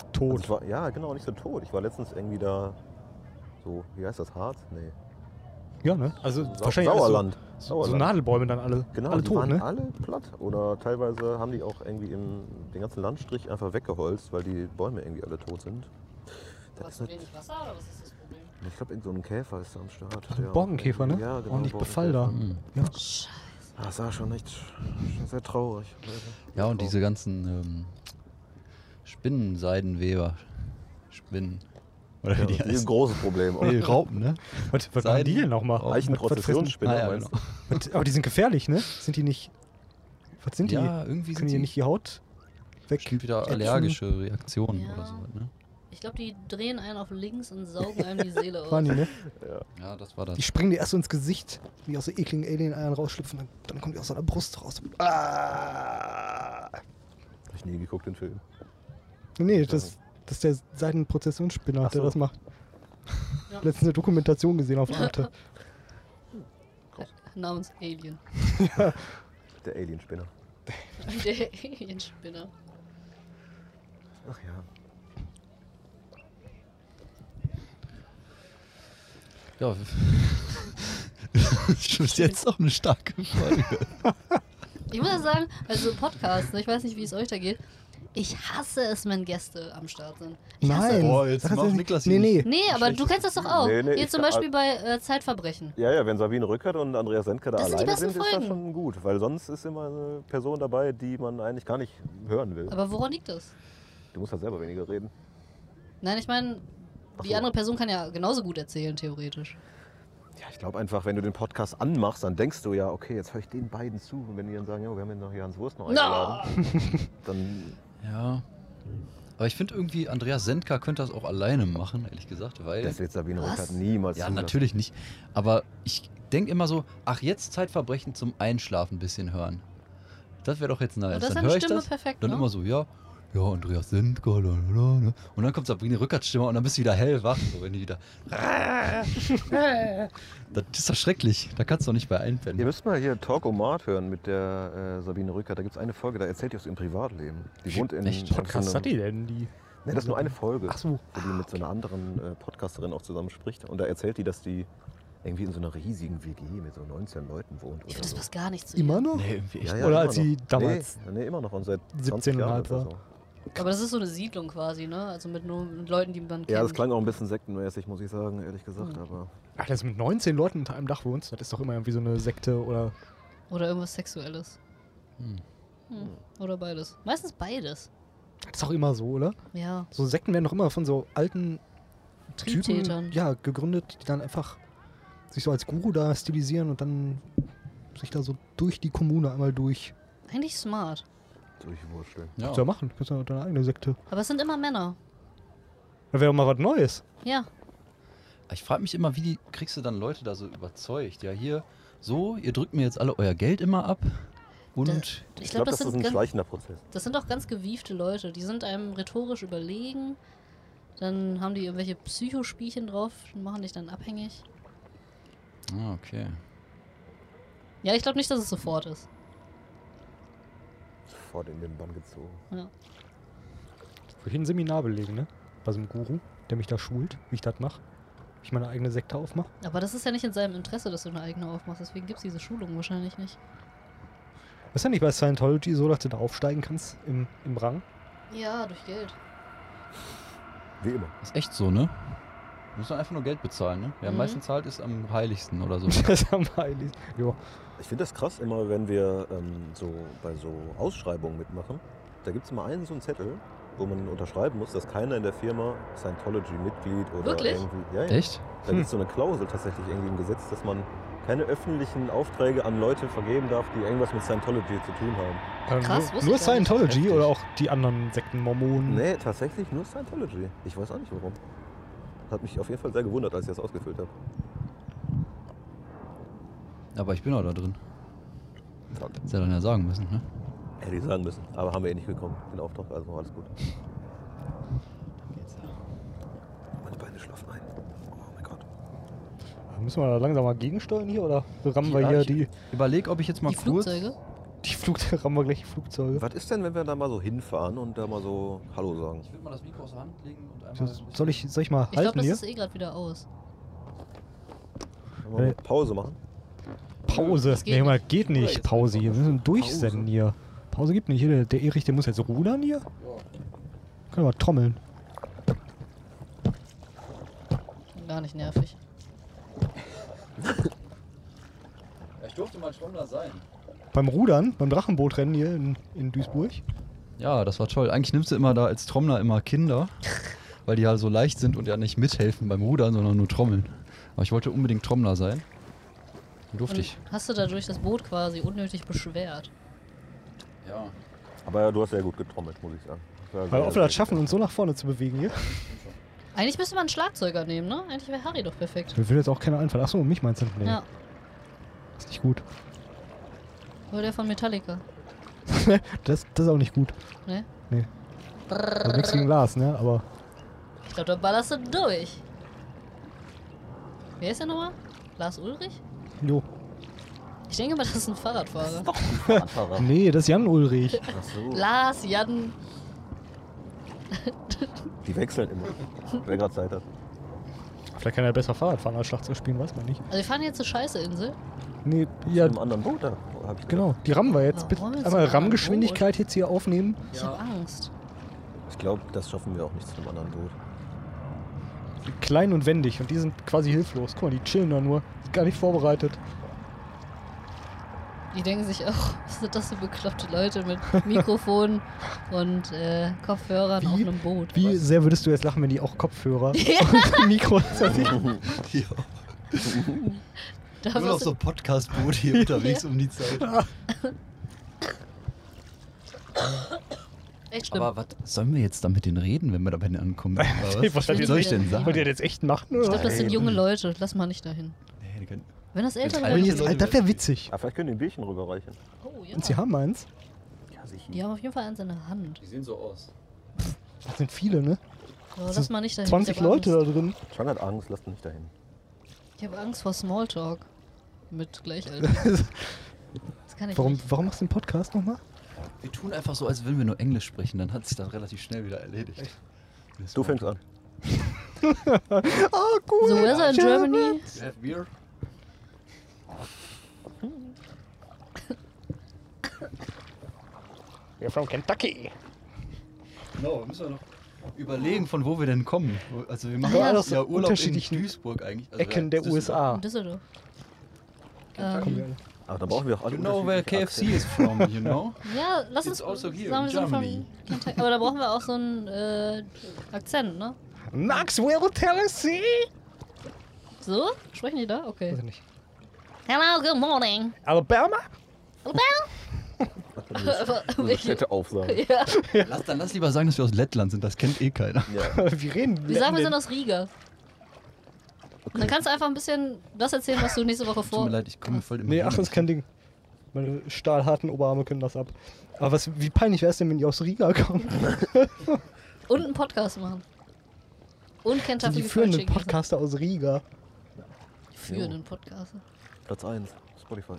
[SPEAKER 5] Also
[SPEAKER 3] Tot.
[SPEAKER 5] ich war, ja, genau, nicht so tot. Ich war letztens irgendwie da. So, wie heißt das? Harz? Nee.
[SPEAKER 3] ja, ne? Also
[SPEAKER 5] Sau-
[SPEAKER 3] wahrscheinlich alles
[SPEAKER 5] Sauerland.
[SPEAKER 3] So, so, so
[SPEAKER 5] Sauerland.
[SPEAKER 3] Nadelbäume dann alle.
[SPEAKER 5] Genau,
[SPEAKER 3] alle
[SPEAKER 5] die
[SPEAKER 3] tot,
[SPEAKER 5] waren
[SPEAKER 3] ne?
[SPEAKER 5] alle platt. Oder teilweise haben die auch irgendwie im, den ganzen Landstrich einfach weggeholzt, weil die Bäume irgendwie alle tot sind. Das ist nicht,
[SPEAKER 4] Wasser oder was ist das Problem?
[SPEAKER 5] ich glaube, irgend so ein Käfer ist da am Start. der-
[SPEAKER 3] Borkenkäfer, ne?
[SPEAKER 5] Ja, genau.
[SPEAKER 3] Ordentlich Befall da.
[SPEAKER 5] Borkenkäfer.
[SPEAKER 3] Ja.
[SPEAKER 5] Ah, Das war schon echt schon sehr traurig.
[SPEAKER 2] Ja, und diese
[SPEAKER 5] Traurig.
[SPEAKER 2] ganzen ähm, Spinnenseidenweber. Spinnen. Oder wie
[SPEAKER 5] Ja,
[SPEAKER 2] die
[SPEAKER 5] das ist ein
[SPEAKER 2] heißen.
[SPEAKER 5] großes Problem.
[SPEAKER 2] Nee,
[SPEAKER 5] Und
[SPEAKER 2] Raupen, ne?
[SPEAKER 3] Was, was waren die
[SPEAKER 2] Seiden-
[SPEAKER 3] denn nochmal?
[SPEAKER 2] Oh.
[SPEAKER 3] Was- was fressen die?
[SPEAKER 5] Eichenprozessionsspinne,
[SPEAKER 2] Ah, ja,
[SPEAKER 5] meinst du?
[SPEAKER 3] Was- Aber die sind gefährlich, ne? Sind die nicht. Was sind die?
[SPEAKER 2] Ja, irgendwie
[SPEAKER 3] Können
[SPEAKER 2] sind
[SPEAKER 3] die
[SPEAKER 2] die
[SPEAKER 3] nicht die Haut weg?
[SPEAKER 2] bestimmt wieder
[SPEAKER 3] ätzen?
[SPEAKER 2] allergische Reaktionen
[SPEAKER 4] Ja.
[SPEAKER 2] oder so. Ne?
[SPEAKER 4] Ich glaube, die drehen einen auf links und saugen einem die Seele aus.
[SPEAKER 3] Waren die, ne?
[SPEAKER 2] Ja, das war das.
[SPEAKER 3] Die springen dir erst so ins Gesicht, wie aus so ekligen Alien-Eiern rausschlüpfen, dann, dann kommt die aus seiner Brust raus. Ah!
[SPEAKER 5] Hab ich nie geguckt, den Film.
[SPEAKER 3] Nee, das, das ist der Seidenprozessionsspinner,
[SPEAKER 5] Ach
[SPEAKER 3] der
[SPEAKER 5] so.
[SPEAKER 3] das macht.
[SPEAKER 4] Ja.
[SPEAKER 3] Letztens eine Dokumentation gesehen auf Arte.
[SPEAKER 4] Namens Alien.
[SPEAKER 5] Der Alienspinner.
[SPEAKER 4] Der Alienspinner.
[SPEAKER 5] Ach ja.
[SPEAKER 2] Ja. Bis jetzt auch eine starke Folge.
[SPEAKER 4] Ich muss ja sagen, also Podcast, ne, ich weiß nicht, wie es euch da geht. Ich hasse es, wenn Gäste am Start sind. Ich hasse
[SPEAKER 3] Nein.
[SPEAKER 4] es.
[SPEAKER 2] Boah, jetzt
[SPEAKER 3] Sag das
[SPEAKER 2] macht
[SPEAKER 3] nicht.
[SPEAKER 2] Niklas
[SPEAKER 3] Nee,
[SPEAKER 2] ihn.
[SPEAKER 3] nee.
[SPEAKER 4] Nee, aber du kennst das doch auch.
[SPEAKER 5] Nee, nee,
[SPEAKER 4] Hier
[SPEAKER 5] ich-
[SPEAKER 4] zum Beispiel bei äh, Zeitverbrechen.
[SPEAKER 5] Ja, ja, wenn Sabine Rückert und Andreas Sendker da
[SPEAKER 4] Das sind die
[SPEAKER 5] alleine
[SPEAKER 4] besten
[SPEAKER 5] sind, ist das
[SPEAKER 4] Folgen.
[SPEAKER 5] schon gut. Weil sonst ist immer eine Person dabei, die man eigentlich gar nicht hören will.
[SPEAKER 4] Aber woran liegt das?
[SPEAKER 5] Du musst halt selber weniger reden.
[SPEAKER 4] Nein, ich meine,
[SPEAKER 5] Ach
[SPEAKER 4] die
[SPEAKER 5] so.
[SPEAKER 4] andere Person kann ja genauso gut erzählen, theoretisch.
[SPEAKER 5] Ja, ich glaube einfach, wenn du den Podcast anmachst, dann denkst du ja, okay, jetzt höre ich den beiden zu. Und wenn die dann sagen, ja, wir haben jetzt noch Jans Wurst noch
[SPEAKER 4] Na!
[SPEAKER 5] eingeladen, dann
[SPEAKER 2] Ja. Aber ich finde irgendwie, Andreas Sendker könnte das auch alleine machen, ehrlich gesagt, weil.
[SPEAKER 5] das wird Sabine
[SPEAKER 4] Was?
[SPEAKER 5] Rückert niemals
[SPEAKER 2] ja,
[SPEAKER 5] zulassen.
[SPEAKER 2] natürlich nicht. Aber ich denke immer so, ach, jetzt Zeitverbrechen zum Einschlafen ein bisschen hören. Das wäre doch jetzt nice.
[SPEAKER 4] Und Oh, das ist
[SPEAKER 2] dann
[SPEAKER 4] eine
[SPEAKER 2] höre ich
[SPEAKER 4] Stimme
[SPEAKER 2] das,
[SPEAKER 4] perfekt,
[SPEAKER 2] Dann
[SPEAKER 4] ne?
[SPEAKER 2] immer so, ja, ja, Andreas Sendker, la, la, la, ne? Und dann kommt Sabrine Rückerts Stimme und dann bist du wieder hellwach, so wenn die wieder. das ist doch schrecklich. Da kannst du doch nicht bei
[SPEAKER 5] Ihr
[SPEAKER 2] einpennen.
[SPEAKER 5] müsst mal hier Talk Omat hören mit der äh, Sabine Rückert. Da gibt es eine Folge, da erzählt ihr aus ihrem Privatleben. Die wohnt in.
[SPEAKER 2] Echt?
[SPEAKER 5] in so
[SPEAKER 3] Podcast
[SPEAKER 5] einem-
[SPEAKER 3] hat die denn, die?
[SPEAKER 5] Nee, das ist nur eine Folge,
[SPEAKER 3] Ach so.
[SPEAKER 5] wo die mit so einer anderen äh, Podcasterin auch zusammen spricht. Und da erzählt die, dass die irgendwie in so einer riesigen WG mit so 19 Leuten wohnt.
[SPEAKER 4] Ich
[SPEAKER 5] Oder
[SPEAKER 4] finde, das
[SPEAKER 5] so.
[SPEAKER 4] passt gar nicht zu ihr.
[SPEAKER 3] Immer noch?
[SPEAKER 2] Nee, irgendwie echt.
[SPEAKER 5] Ja, ja,
[SPEAKER 3] Oder
[SPEAKER 5] immer
[SPEAKER 3] als sie
[SPEAKER 5] noch.
[SPEAKER 3] damals
[SPEAKER 5] Nee, nee, immer noch. Und seit
[SPEAKER 3] 17
[SPEAKER 5] 20 Jahren
[SPEAKER 3] und
[SPEAKER 5] oder
[SPEAKER 3] halb
[SPEAKER 5] so.
[SPEAKER 4] Aber das ist so eine Siedlung quasi, ne? Also mit nur mit Leuten, die man kennt.
[SPEAKER 5] Ja, das klang auch ein bisschen sektenmäßig, muss ich sagen, ehrlich gesagt. Aber
[SPEAKER 3] Ach, das mit 19 Leuten unter einem Dach wohnst, das ist doch immer irgendwie so eine Sekte oder.
[SPEAKER 4] Oder irgendwas Sexuelles. Hm. Oder beides. Meistens beides.
[SPEAKER 3] Das ist doch immer so, oder?
[SPEAKER 4] Ja.
[SPEAKER 3] So Sekten werden doch immer von so alten Typen
[SPEAKER 4] Triebtätern.
[SPEAKER 3] ja, gegründet, die dann einfach sich so als Guru da stilisieren und dann sich da so durch die Kommune einmal durch.
[SPEAKER 4] Eigentlich smart.
[SPEAKER 5] durchwurschteln.
[SPEAKER 2] Ja.
[SPEAKER 3] Kannst du ja machen, kannst du ja deine eigene Sekte.
[SPEAKER 4] Aber es sind immer Männer.
[SPEAKER 3] Da wäre doch mal was Neues.
[SPEAKER 4] Ja.
[SPEAKER 2] Ich frage mich immer, wie die, kriegst du dann Leute da so überzeugt? Ja, hier, so, ihr drückt mir jetzt alle euer Geld immer ab. Und
[SPEAKER 4] Ich
[SPEAKER 5] Ich
[SPEAKER 4] glaube,
[SPEAKER 5] glaube,
[SPEAKER 4] das,
[SPEAKER 5] das, ist
[SPEAKER 4] sind
[SPEAKER 5] ein
[SPEAKER 4] ganz,
[SPEAKER 5] schleichender Prozess.
[SPEAKER 4] das sind auch ganz gewiefte Leute. Die sind einem rhetorisch überlegen. Dann haben die irgendwelche Psychospielchen drauf und machen dich dann abhängig.
[SPEAKER 2] Ah, okay.
[SPEAKER 4] Ja, ich glaube nicht, dass es sofort ist.
[SPEAKER 5] Sofort in den Bann gezogen.
[SPEAKER 4] Ja.
[SPEAKER 3] Würde ich ein Seminar belegen, ne? Bei so einem Guru, der mich da schult, wie ich das mache. Wie ich meine eigene Sekte aufmache.
[SPEAKER 4] Aber das ist ja nicht in seinem Interesse, dass du eine eigene aufmachst. Deswegen gibt es diese Schulung wahrscheinlich nicht.
[SPEAKER 3] Ist ja nicht bei Scientology so, dass du da aufsteigen kannst im, im Rang?
[SPEAKER 4] Ja, durch Geld.
[SPEAKER 5] Wie immer.
[SPEAKER 2] Ist echt so, ne? Muss man einfach nur Geld bezahlen, ne? Wer am
[SPEAKER 4] Mhm.
[SPEAKER 2] meisten zahlt, ist am heiligsten oder so.
[SPEAKER 3] Das ist ja mal. Jo.
[SPEAKER 5] Ich finde das krass, immer wenn wir ähm, so bei so Ausschreibungen mitmachen, da gibt es immer einen so einen Zettel, wo man unterschreiben muss, dass keiner in der Firma Scientology-Mitglied oder
[SPEAKER 4] Wirklich?
[SPEAKER 5] irgendwie. Ja, ja.
[SPEAKER 2] Echt?
[SPEAKER 5] Da gibt es so eine Klausel tatsächlich irgendwie im Gesetz, dass man keine öffentlichen Aufträge an Leute vergeben darf, die irgendwas mit Scientology zu tun haben.
[SPEAKER 3] Ähm,
[SPEAKER 4] Krass,
[SPEAKER 3] nur,
[SPEAKER 4] wusste
[SPEAKER 3] nur
[SPEAKER 4] ich gar nicht.
[SPEAKER 3] Scientology
[SPEAKER 2] Heftig.
[SPEAKER 3] oder auch die anderen Sekten, Mormonen.
[SPEAKER 5] Nee, tatsächlich nur Scientology. Ich weiß auch nicht warum. Hat mich auf jeden Fall sehr gewundert, als ich das ausgefüllt habe.
[SPEAKER 2] Aber ich bin auch da drin. Hättest ja dann ja sagen müssen, ne?
[SPEAKER 5] Hätte ich sagen müssen. Aber haben wir eh nicht bekommen, den Auftrag, also alles gut. Meine Beine schlafen ein. Oh mein Gott.
[SPEAKER 3] Müssen wir da langsam mal gegensteuern hier oder rammen wir
[SPEAKER 2] Ja,
[SPEAKER 3] hier
[SPEAKER 2] ich
[SPEAKER 3] die,
[SPEAKER 2] Überleg, ob ich jetzt mal
[SPEAKER 4] Die
[SPEAKER 2] kurz.
[SPEAKER 4] Flugzeuge?
[SPEAKER 3] die Flug rammen wir gleich die Flugzeuge?
[SPEAKER 5] Was ist denn, wenn wir da mal so hinfahren und da mal so Hallo sagen?
[SPEAKER 2] Ich würde mal das Mikro aus der Hand legen und einmal.
[SPEAKER 3] Soll ich, soll ich mal
[SPEAKER 4] Ich glaube,
[SPEAKER 3] halten
[SPEAKER 4] das
[SPEAKER 3] hier?
[SPEAKER 4] ist eh gerade wieder aus.
[SPEAKER 5] Wollen wir mal Pause machen?
[SPEAKER 3] Pause.
[SPEAKER 4] äh, geht
[SPEAKER 3] Nee, mal
[SPEAKER 4] nicht.
[SPEAKER 3] geht nicht. Pause hier. Wir müssen durchsenden hier. Pause gibt nicht. Hier, der- der Erich, der muss jetzt rudern hier. Können wir mal trommeln.
[SPEAKER 4] Gar nicht nervig.
[SPEAKER 2] Ich durfte mal schon da sein.
[SPEAKER 3] Beim Rudern, beim Drachenbootrennen hier in, in Duisburg.
[SPEAKER 2] Ja, das war toll. Eigentlich nimmst du immer da als Trommler immer Kinder, weil die ja so leicht sind und ja nicht mithelfen beim Rudern, sondern nur trommeln. Aber ich wollte unbedingt Trommler sein. Durfte ich.
[SPEAKER 4] Und hast du dadurch das Boot quasi unnötig beschwert?
[SPEAKER 2] Ja.
[SPEAKER 5] Aber du hast sehr gut getrommelt, muss ich sagen. Das war
[SPEAKER 3] Weil
[SPEAKER 5] sehr,
[SPEAKER 3] ob
[SPEAKER 5] sehr
[SPEAKER 3] wir
[SPEAKER 5] gut.
[SPEAKER 3] das schaffen, uns so nach vorne zu bewegen hier.
[SPEAKER 4] Eigentlich müsste man einen Schlagzeuger nehmen, ne? Eigentlich wäre Harry doch perfekt.
[SPEAKER 3] Mir würde jetzt auch keiner einfallen. Achso, mich meinst du? Nee,
[SPEAKER 4] Ja.
[SPEAKER 3] ist nicht gut.
[SPEAKER 4] Oder der von Metallica.
[SPEAKER 3] Das, das ist auch nicht gut.
[SPEAKER 4] Ne?
[SPEAKER 3] Nee. Also nichts gegen Lars, ne? Aber
[SPEAKER 4] Ich glaube, da ballerst du durch. Wer ist der nochmal? Lars Ulrich?
[SPEAKER 3] jo.
[SPEAKER 4] Ich denke mal, das ist ein Fahrradfahrer.
[SPEAKER 5] Fahrrad.
[SPEAKER 3] Nee, das ist Jan Ulrich.
[SPEAKER 5] Ach so.
[SPEAKER 4] Lars, Jan.
[SPEAKER 5] Die wechseln immer, wer gerade Zeit hat.
[SPEAKER 3] Vielleicht kann er besser Fahrrad fahren als Schlagzeug spielen, weiß man nicht.
[SPEAKER 4] Also wir fahren jetzt zur Scheiße-Insel.
[SPEAKER 3] Nee, ja,
[SPEAKER 5] Im anderen Boot da. hab ich
[SPEAKER 3] genau. Die rammen wir jetzt.
[SPEAKER 4] Warum
[SPEAKER 3] Bitte
[SPEAKER 4] jetzt
[SPEAKER 3] einmal
[SPEAKER 4] so
[SPEAKER 3] Rammgeschwindigkeit jetzt hier aufnehmen.
[SPEAKER 4] Ich habe Angst.
[SPEAKER 5] glaube, das schaffen wir auch nicht zu einem anderen Boot.
[SPEAKER 3] Klein und wendig und die sind quasi hilflos. Guck mal, die chillen da nur. Sind gar nicht vorbereitet.
[SPEAKER 4] Die denken sich auch, was sind das für bekloppte Leute mit Mikrofonen und äh, Kopfhörern
[SPEAKER 3] Wie-
[SPEAKER 4] auf einem Boot.
[SPEAKER 3] Wie sehr würdest du jetzt lachen, wenn die auch Kopfhörer und Mikros
[SPEAKER 2] Ja,
[SPEAKER 4] Da
[SPEAKER 2] nur noch
[SPEAKER 4] wirst
[SPEAKER 2] so ein Podcast-Boot hier unterwegs um die Zeit.
[SPEAKER 4] du echt schlimm.
[SPEAKER 2] Aber was sollen wir jetzt da mit denen reden, wenn wir da bei denen ankommen? Oder
[SPEAKER 3] Was
[SPEAKER 2] Was,
[SPEAKER 3] wollt ihr
[SPEAKER 2] was soll ich
[SPEAKER 4] denn-
[SPEAKER 2] denn sagen?
[SPEAKER 3] Wollt ihr das jetzt echt machen?
[SPEAKER 4] ich glaube,
[SPEAKER 3] Oder?
[SPEAKER 4] das sind junge Leute. Lass mal nicht dahin.
[SPEAKER 2] Nee, die können-
[SPEAKER 4] Wenn das ältere
[SPEAKER 2] alle
[SPEAKER 4] Leute
[SPEAKER 2] jetzt
[SPEAKER 4] sind.
[SPEAKER 2] alt-
[SPEAKER 3] das wäre witzig.
[SPEAKER 5] Ah, vielleicht können die ein Bierchen rüberreichen.
[SPEAKER 4] Oh, ja.
[SPEAKER 3] Und sie haben eins.
[SPEAKER 5] Ja, sicher.
[SPEAKER 4] Die haben auf jeden Fall eins in der Hand.
[SPEAKER 2] Die sehen so aus.
[SPEAKER 3] Das sind viele, ne?
[SPEAKER 4] Aber lass mal nicht dahin.
[SPEAKER 3] 20
[SPEAKER 4] ich hab
[SPEAKER 3] Leute da
[SPEAKER 4] Angst.
[SPEAKER 3] drin.
[SPEAKER 5] John hat Angst, lasst ihn nicht dahin.
[SPEAKER 4] Ich habe Angst vor Smalltalk. Mit Gleichaltrigen. das kann ich
[SPEAKER 3] Warum,
[SPEAKER 4] nicht.
[SPEAKER 3] warum machst du den Podcast nochmal?
[SPEAKER 2] Wir tun einfach so, als würden wir nur Englisch sprechen, dann hat sich das relativ schnell wieder erledigt.
[SPEAKER 5] Du fängst an.
[SPEAKER 2] Ah,
[SPEAKER 3] Oh, cool.
[SPEAKER 4] So weather in Germany.
[SPEAKER 2] You have beer?
[SPEAKER 3] We're from Kentucky.
[SPEAKER 2] Genau, müssen wir noch überlegen, von wo wir denn kommen. Also wir machen
[SPEAKER 3] Ja,
[SPEAKER 2] ja,
[SPEAKER 3] aus
[SPEAKER 2] ja Urlaub in
[SPEAKER 3] unterschiedlichen
[SPEAKER 2] Duisburg eigentlich. Also
[SPEAKER 3] Ecken
[SPEAKER 2] ja,
[SPEAKER 3] der
[SPEAKER 2] Düsseldorf.
[SPEAKER 3] USA.
[SPEAKER 4] In Düsseldorf.
[SPEAKER 3] Kommen
[SPEAKER 4] Ähm,
[SPEAKER 3] wir alle.
[SPEAKER 5] Ach, da brauchen wir auch alle
[SPEAKER 2] You know Genau, where KFC
[SPEAKER 5] unterschiedliche
[SPEAKER 2] is from, you know?
[SPEAKER 4] ja, lass uns.
[SPEAKER 2] It's also here
[SPEAKER 4] sagen
[SPEAKER 2] in
[SPEAKER 4] wir so von
[SPEAKER 2] Germany.
[SPEAKER 4] Kentucky. Aber da brauchen wir auch so einen äh, Akzent, ne?
[SPEAKER 3] Knoxville, Tennessee.
[SPEAKER 4] So? Sprechen die da? Okay.
[SPEAKER 3] Weiß ich nicht.
[SPEAKER 4] Hello, good morning.
[SPEAKER 3] Alabama?
[SPEAKER 5] Akzente. Diese Städte aufsagen.
[SPEAKER 4] ja.
[SPEAKER 2] Lass, dann lass lieber sagen, dass wir aus Lettland sind, das kennt eh keiner.
[SPEAKER 5] Ja.
[SPEAKER 3] Wir reden.
[SPEAKER 4] Wir sagen, wir sind aus Riga. Dann kannst du einfach ein bisschen das erzählen, was du nächste Woche
[SPEAKER 2] Tut
[SPEAKER 4] vor.
[SPEAKER 2] mir leid, ich komme voll im
[SPEAKER 3] Nee, ach,
[SPEAKER 2] Reden.
[SPEAKER 3] das ist kein Ding. Meine stahlharten Oberarme können das ab. Aber was, wie peinlich wäre es denn, wenn die aus Riga kommen?
[SPEAKER 4] Und einen Podcast machen. Und Kentucky
[SPEAKER 3] Die
[SPEAKER 4] Fried
[SPEAKER 3] führen einen
[SPEAKER 4] Chicken essen.
[SPEAKER 3] Podcaster aus Riga.
[SPEAKER 4] Für einen Podcast.
[SPEAKER 5] Platz 1, Spotify.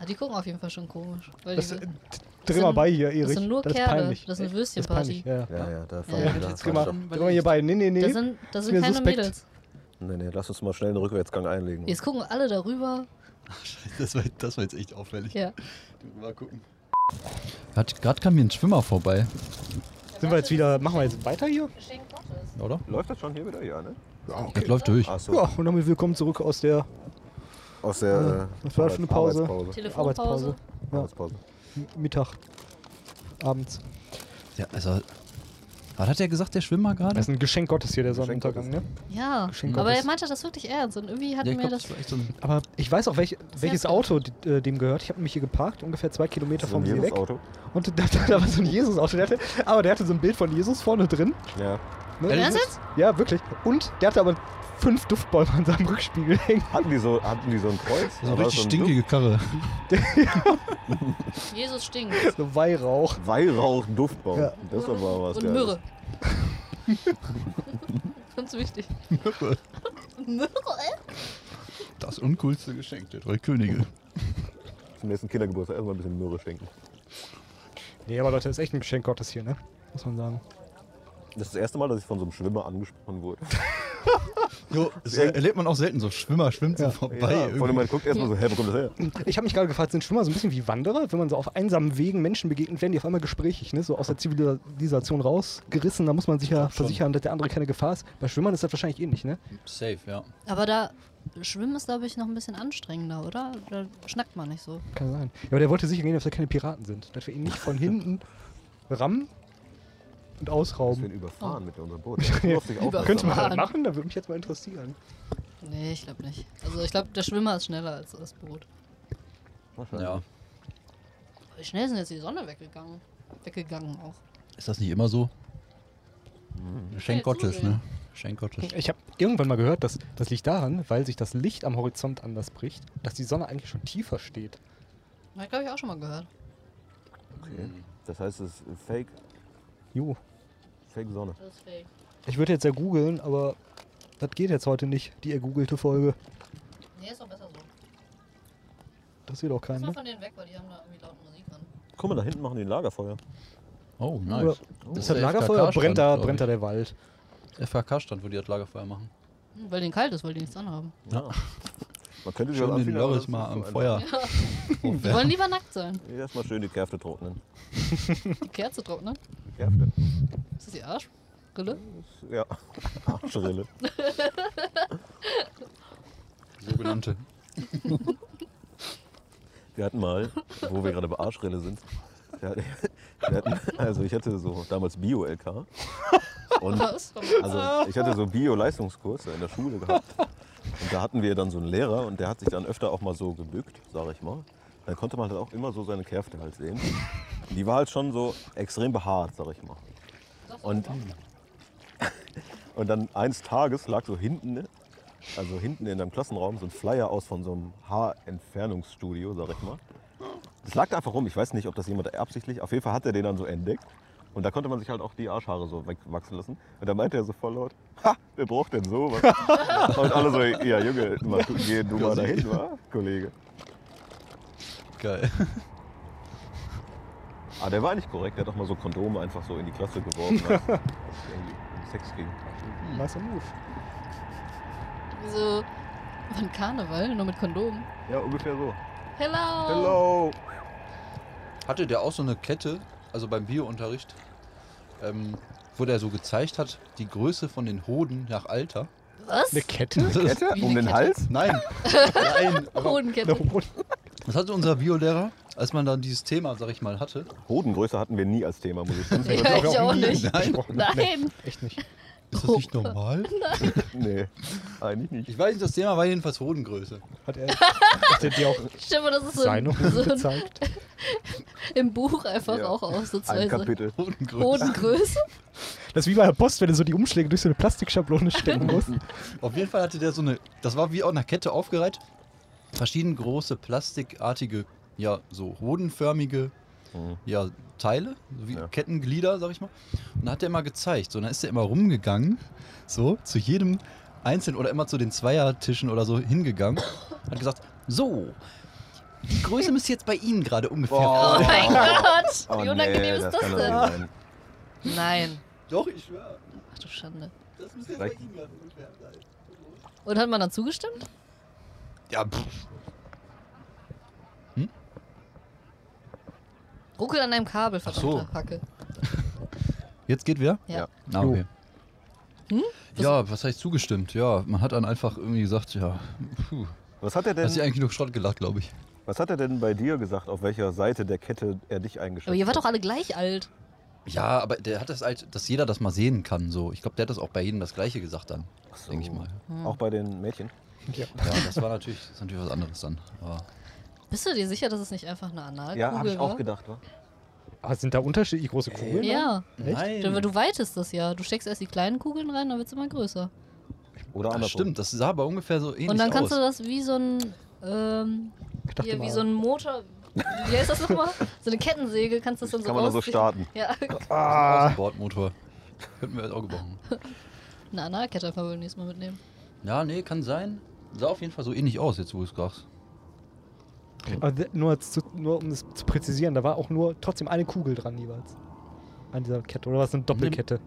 [SPEAKER 4] Ah, die gucken auf jeden Fall schon komisch. Weil
[SPEAKER 3] Das,
[SPEAKER 4] die,
[SPEAKER 3] äh, dreh mal
[SPEAKER 4] sind-
[SPEAKER 3] bei hier,
[SPEAKER 4] das
[SPEAKER 3] Erich.
[SPEAKER 4] sind nur
[SPEAKER 3] das
[SPEAKER 4] Kerle.
[SPEAKER 3] Ist peinlich.
[SPEAKER 4] Das ist eine
[SPEAKER 3] Äh,
[SPEAKER 4] Würstchenparty.
[SPEAKER 3] peinlich, Ja.
[SPEAKER 5] Ja, ja, da
[SPEAKER 4] Ja,
[SPEAKER 5] fangen wir
[SPEAKER 4] das
[SPEAKER 5] da.
[SPEAKER 3] Dreh mal,
[SPEAKER 5] an.
[SPEAKER 3] dreh mal hier bei. Nee, nee, nee.
[SPEAKER 4] da sind, da sind
[SPEAKER 3] mir
[SPEAKER 4] keine
[SPEAKER 3] suspekt.
[SPEAKER 4] Mädels.
[SPEAKER 5] Nee, nee, lass uns mal schnell einen Rückwärtsgang einlegen.
[SPEAKER 4] Jetzt gucken alle darüber.
[SPEAKER 2] Scheiße, das war, das war jetzt echt auffällig.
[SPEAKER 4] Ja.
[SPEAKER 2] Mal gucken. Gerade kam mir ein Schwimmer vorbei,
[SPEAKER 3] sind wir jetzt wieder. Machen wir jetzt weiter hier?
[SPEAKER 4] Geschenk Gottes.
[SPEAKER 2] oder?
[SPEAKER 5] Läuft das schon hier wieder? Ja, ne?
[SPEAKER 2] Das läuft durch.
[SPEAKER 5] Ach so.
[SPEAKER 3] Ja, und damit willkommen zurück aus der
[SPEAKER 5] Aus der äh,
[SPEAKER 3] Was war das für eine Pause?
[SPEAKER 5] Arbeitspause.
[SPEAKER 4] Telefonpause.
[SPEAKER 3] Arbeitspause. Ja.
[SPEAKER 5] Arbeitspause.
[SPEAKER 3] Mittag. Abends.
[SPEAKER 2] Ja, also. Was hat der gesagt, der Schwimmer gerade?
[SPEAKER 3] Das ist ein Geschenk Gottes hier, der
[SPEAKER 5] Geschenk
[SPEAKER 3] Sonnenuntergang, ne?
[SPEAKER 4] Ja.
[SPEAKER 3] Geschenk
[SPEAKER 4] aber
[SPEAKER 3] Gottes.
[SPEAKER 4] er meinte das wirklich ernst. Und irgendwie hat
[SPEAKER 2] Ja, ich
[SPEAKER 4] mir
[SPEAKER 2] glaub,
[SPEAKER 4] das.
[SPEAKER 2] das war echt so ein.
[SPEAKER 3] Aber ich weiß auch, welch, welches
[SPEAKER 4] gut.
[SPEAKER 3] Auto die- äh, dem gehört. Ich habe mich hier geparkt, ungefähr zwei Kilometer
[SPEAKER 5] So ein
[SPEAKER 3] vom See weg.
[SPEAKER 5] Auto.
[SPEAKER 3] Und da, da, da war so ein Jesus-Auto. Der hatte, aber der hatte so ein Bild von Jesus vorne drin.
[SPEAKER 5] Ja.
[SPEAKER 3] Ne?
[SPEAKER 2] Ehrlich?
[SPEAKER 4] Ernst jetzt?
[SPEAKER 3] Ja, wirklich. Und der hatte aber fünf Duftbäume an seinem Rückspiegel hängen.
[SPEAKER 5] Hatten die so, hatten die so ein Kreuz?
[SPEAKER 2] So
[SPEAKER 5] War
[SPEAKER 2] eine
[SPEAKER 5] das
[SPEAKER 2] richtig
[SPEAKER 5] ein
[SPEAKER 2] stinkige Karre.
[SPEAKER 4] Jesus stinkt.
[SPEAKER 3] So Weihrauch.
[SPEAKER 5] Duft- Weihrauch-Duftbaum.
[SPEAKER 3] Ja.
[SPEAKER 5] Das ist aber was.
[SPEAKER 4] Und
[SPEAKER 5] Geiles.
[SPEAKER 4] Myrrhe. Ganz wichtig. Myrrhe, ey?
[SPEAKER 2] Das uncoolste Geschenk der drei Könige.
[SPEAKER 5] Zum nächsten Kindergeburtstag erstmal ein bisschen Myrrhe schenken.
[SPEAKER 3] Nee, aber Leute, das ist echt ein Geschenk Gottes hier, ne? Muss man sagen.
[SPEAKER 5] Das ist das erste Mal, dass ich von so einem Schwimmer angesprochen wurde.
[SPEAKER 2] Jo, das Äh, erlebt man auch selten so. Schwimmer schwimmt so vorbei.
[SPEAKER 5] ja, vor allem
[SPEAKER 2] irgendwie.
[SPEAKER 5] man guckt erstmal so, hä, wo kommt das her?
[SPEAKER 3] Ich habe mich gerade gefragt, sind Schwimmer so ein bisschen wie Wanderer? Wenn man so auf einsamen Wegen Menschen begegnet, werden die auf einmal gesprächig, ne? So aus der Zivilisation rausgerissen. Da muss man sich ja versichern, dass der andere keine Gefahr ist. Bei Schwimmern ist das wahrscheinlich ähnlich, ne?
[SPEAKER 2] Safe, ja.
[SPEAKER 4] Aber da Schwimmen ist, glaube ich, noch ein bisschen anstrengender, oder? Da schnackt man nicht so.
[SPEAKER 3] Kann sein. Ja, aber der wollte sicher gehen, dass wir keine Piraten sind. Dass wir ihn nicht von hinten rammen und
[SPEAKER 5] Dass wir
[SPEAKER 3] ausrauben.
[SPEAKER 5] ihn überfahren mit unserem Boot. Das auf sich aufmerksam.
[SPEAKER 3] Könnte man
[SPEAKER 4] Überfahren.
[SPEAKER 3] halt machen, da würde mich jetzt mal interessieren.
[SPEAKER 4] Nee, ich glaube nicht. Also ich glaube, der Schwimmer ist schneller als das Boot.
[SPEAKER 5] Wahrscheinlich.
[SPEAKER 2] ja.
[SPEAKER 4] Wie schnell sind jetzt die Sonne weggegangen? Weggegangen auch.
[SPEAKER 2] Ist das nicht immer so? Geschenk
[SPEAKER 4] Ja, Hm. jetzt
[SPEAKER 2] Gottes,
[SPEAKER 4] zugehen.
[SPEAKER 2] ne? Geschenk Gottes.
[SPEAKER 3] Ich habe irgendwann mal gehört, dass das liegt daran, weil sich das Licht am Horizont anders bricht, dass die Sonne eigentlich schon tiefer steht.
[SPEAKER 4] Hab ich, glaube ich, auch schon mal gehört.
[SPEAKER 5] Okay. Das heißt, es ist Fake,
[SPEAKER 3] Jo.
[SPEAKER 5] Fake Sonne.
[SPEAKER 4] Das ist fake.
[SPEAKER 3] Ich würde jetzt ja googeln, aber das geht jetzt heute nicht, die ergoogelte Folge.
[SPEAKER 4] Nee, ist doch besser so.
[SPEAKER 3] Das sieht auch
[SPEAKER 4] Lass
[SPEAKER 3] keinen,
[SPEAKER 4] mal
[SPEAKER 3] ne?
[SPEAKER 4] von denen weg, weil die haben da irgendwie laute Musik an.
[SPEAKER 5] Guck mal, da hinten machen die ein Lagerfeuer.
[SPEAKER 2] Oh,
[SPEAKER 3] Oder-
[SPEAKER 2] nice.
[SPEAKER 3] Ist das Lagerfeuer? Brennt da, brennt da der Wald.
[SPEAKER 2] FKK-Stand, wo die das Lagerfeuer machen.
[SPEAKER 4] Hm, Weil denen kalt ist, weil die nichts anhaben.
[SPEAKER 5] Ja. Man könnte sich
[SPEAKER 2] Schön
[SPEAKER 5] was
[SPEAKER 2] den
[SPEAKER 5] anziehen, aber das
[SPEAKER 2] Loris
[SPEAKER 5] ist
[SPEAKER 2] mal
[SPEAKER 5] so
[SPEAKER 2] am
[SPEAKER 5] einfach.
[SPEAKER 2] Feuer. Oh,
[SPEAKER 4] Die wollen lieber nackt sein.
[SPEAKER 5] Erstmal schön die Kräfte trocknen.
[SPEAKER 4] Die Kerze trocknen.
[SPEAKER 5] Erfte.
[SPEAKER 4] Ist das die Arschbrille?
[SPEAKER 5] Ja, Arschrille.
[SPEAKER 2] Sogenannte.
[SPEAKER 5] Wir hatten mal, wo wir gerade bei Arschrille sind, wir hatten, wir hatten, also ich hatte so damals Bio-LK. Und
[SPEAKER 4] Was?
[SPEAKER 5] also ich hatte so Bio-Leistungskurse in der Schule gehabt. Und da hatten wir dann so einen Lehrer und der hat sich dann öfter auch mal so gebückt, sage ich mal. Dann konnte man halt auch immer so seine Kräfte halt sehen. Und Die war halt schon so extrem behaart, sag ich mal. Und, und dann eines Tages lag so hinten, ne, also hinten in einem Klassenraum, so ein Flyer aus von so einem Haarentfernungsstudio, sag ich mal. Das lag da einfach rum. Ich weiß nicht, ob das jemand absichtlich. Auf jeden Fall hat er den dann so entdeckt. Und da konnte man sich halt auch die Arschhaare so wegwachsen lassen. Und da meinte er so voll laut, ha, wer braucht denn sowas? Und alle so, ja Junge, mal, gu- geh du mal dahin, wa, Kollege.
[SPEAKER 2] Geil.
[SPEAKER 5] Ah, der war eigentlich korrekt. Der hat doch mal so Kondome einfach so in die Klasse geworfen, als als es irgendwie um Sex ging.
[SPEAKER 3] Nicer Move.
[SPEAKER 4] Wieso? Von Karneval, nur mit Kondom.
[SPEAKER 5] Ja, ungefähr so.
[SPEAKER 4] Hello!
[SPEAKER 5] Hello!
[SPEAKER 2] Hatte der auch so eine Kette, also beim Biounterricht, ähm, wo der so gezeigt hat, die Größe von den Hoden nach Alter?
[SPEAKER 4] Was?
[SPEAKER 3] Eine Kette?
[SPEAKER 5] Kette?
[SPEAKER 4] Wie
[SPEAKER 5] Um
[SPEAKER 4] eine
[SPEAKER 5] den
[SPEAKER 4] Kette?
[SPEAKER 5] Hals?
[SPEAKER 2] Nein, nein. Aber
[SPEAKER 4] Hodenkette.
[SPEAKER 2] das hatte unser Biolehrer, als man dann dieses Thema, sag ich mal, hatte.
[SPEAKER 5] Hodengröße hatten wir nie als Thema, muss ich sagen.
[SPEAKER 4] Ja,
[SPEAKER 3] Haben wir
[SPEAKER 4] ich auch
[SPEAKER 3] nie
[SPEAKER 4] nicht.
[SPEAKER 3] besprochen.
[SPEAKER 4] Nein!
[SPEAKER 3] Echt nicht.
[SPEAKER 2] Ist
[SPEAKER 4] das nicht
[SPEAKER 2] normal?
[SPEAKER 5] Nee, eigentlich nicht.
[SPEAKER 2] Ich weiß nicht, das Thema war jedenfalls Hodengröße.
[SPEAKER 3] Hat er, hat er dir auch
[SPEAKER 4] Stimmt, das ist so,
[SPEAKER 3] seine
[SPEAKER 4] ein,
[SPEAKER 3] Hose
[SPEAKER 4] so ein,
[SPEAKER 3] gezeigt?
[SPEAKER 4] im Buch einfach
[SPEAKER 5] Ja.
[SPEAKER 4] auch aus, so zwei
[SPEAKER 5] Ein
[SPEAKER 4] so
[SPEAKER 5] Kapitel.
[SPEAKER 2] Hodengröße.
[SPEAKER 4] Hodengröße.
[SPEAKER 3] Das ist wie bei der Post, wenn du so die Umschläge durch so eine Plastikschablone stecken musst.
[SPEAKER 2] Auf jeden Fall hatte der so eine, das war wie auch eine Kette aufgereiht, verschieden große plastikartige, ja, so hodenförmige
[SPEAKER 5] Mhm.
[SPEAKER 2] ja, Teile, so wie
[SPEAKER 5] Ja.
[SPEAKER 2] Kettenglieder, sag ich mal. Und da hat der immer gezeigt. So, und dann ist er immer rumgegangen, so zu jedem Einzelnen oder immer zu den Zweiertischen oder so hingegangen. Hat gesagt, so, die Größe müsste jetzt bei Ihnen gerade ungefähr.
[SPEAKER 4] Oh
[SPEAKER 5] Boah.
[SPEAKER 4] mein Gott!
[SPEAKER 5] Oh,
[SPEAKER 4] Wie unangenehm
[SPEAKER 5] nee,
[SPEAKER 4] ist
[SPEAKER 5] kann
[SPEAKER 4] das
[SPEAKER 5] doch
[SPEAKER 4] denn?
[SPEAKER 5] nicht sein.
[SPEAKER 4] Nein.
[SPEAKER 2] Doch, ich schwöre.
[SPEAKER 4] Ach du Schande.
[SPEAKER 2] Das müsste jetzt
[SPEAKER 5] Vielleicht-
[SPEAKER 2] bei Ihnen gerade ungefähr sein.
[SPEAKER 4] Und hat man dann zugestimmt?
[SPEAKER 2] Ja, pff.
[SPEAKER 4] Ruckel an deinem Kabel,
[SPEAKER 2] Ach
[SPEAKER 4] verdammte
[SPEAKER 2] so.
[SPEAKER 4] Hacke.
[SPEAKER 2] Jetzt geht wieder?
[SPEAKER 4] Ja.
[SPEAKER 5] Ja.
[SPEAKER 2] Ah,
[SPEAKER 3] Jo.
[SPEAKER 2] okay. Ja, was heißt zugestimmt? Ja, man hat dann einfach irgendwie gesagt, ja, puh.
[SPEAKER 5] Was hat, er
[SPEAKER 2] Hast du
[SPEAKER 5] denn,
[SPEAKER 2] eigentlich nur Schrott gelacht, glaube ich.
[SPEAKER 5] was hat er denn bei dir gesagt, auf welcher Seite der Kette er dich
[SPEAKER 4] Aber
[SPEAKER 5] eingeschätzt
[SPEAKER 4] ihr
[SPEAKER 5] hat?
[SPEAKER 4] wart doch alle gleich alt.
[SPEAKER 2] Ja, aber der hat das halt, dass jeder das mal sehen kann, so. Ich glaube, der hat das auch bei jedem das Gleiche gesagt dann,
[SPEAKER 5] So.
[SPEAKER 2] denke ich mal.
[SPEAKER 5] Auch bei den Mädchen?
[SPEAKER 3] Ja.
[SPEAKER 2] Ja, das war natürlich, das ist natürlich was anderes dann. Aber
[SPEAKER 4] Bist du dir sicher, dass es nicht einfach eine Analkugel
[SPEAKER 5] Ja, habe ich auch
[SPEAKER 4] war?
[SPEAKER 5] gedacht. Wa?
[SPEAKER 3] Aber Ah, sind da unterschiedlich große Kugeln?
[SPEAKER 4] Ja.
[SPEAKER 2] nein.
[SPEAKER 4] Du, du weitest das ja. Du steckst erst die kleinen Kugeln rein, dann wird es immer größer.
[SPEAKER 5] Oder
[SPEAKER 2] das Ah,
[SPEAKER 5] andersrum.
[SPEAKER 2] stimmt, das sah aber ungefähr so ähnlich
[SPEAKER 4] Und dann kannst
[SPEAKER 2] aus.
[SPEAKER 4] du das wie so ein. Ähm,
[SPEAKER 3] Ich dachte
[SPEAKER 4] hier,
[SPEAKER 3] mal,
[SPEAKER 4] wie so ein Motor. Wie heißt das nochmal? So eine Kettensäge kannst du das dann so
[SPEAKER 5] Kann man da so
[SPEAKER 4] rausziehen.
[SPEAKER 5] starten.
[SPEAKER 4] Ja,
[SPEAKER 3] ah,
[SPEAKER 2] Bordmotor. Könnten wir jetzt auch gebrauchen.
[SPEAKER 4] eine Analkette einfach beim nächsten Mal mitnehmen.
[SPEAKER 2] Ja, nee, kann sein. Sah auf jeden Fall so ähnlich aus, jetzt wo du es sagst.
[SPEAKER 3] aber d- nur, als zu, nur um es zu präzisieren, da war auch nur trotzdem eine Kugel dran jeweils. An dieser Kette. Oder war es eine Doppelkette?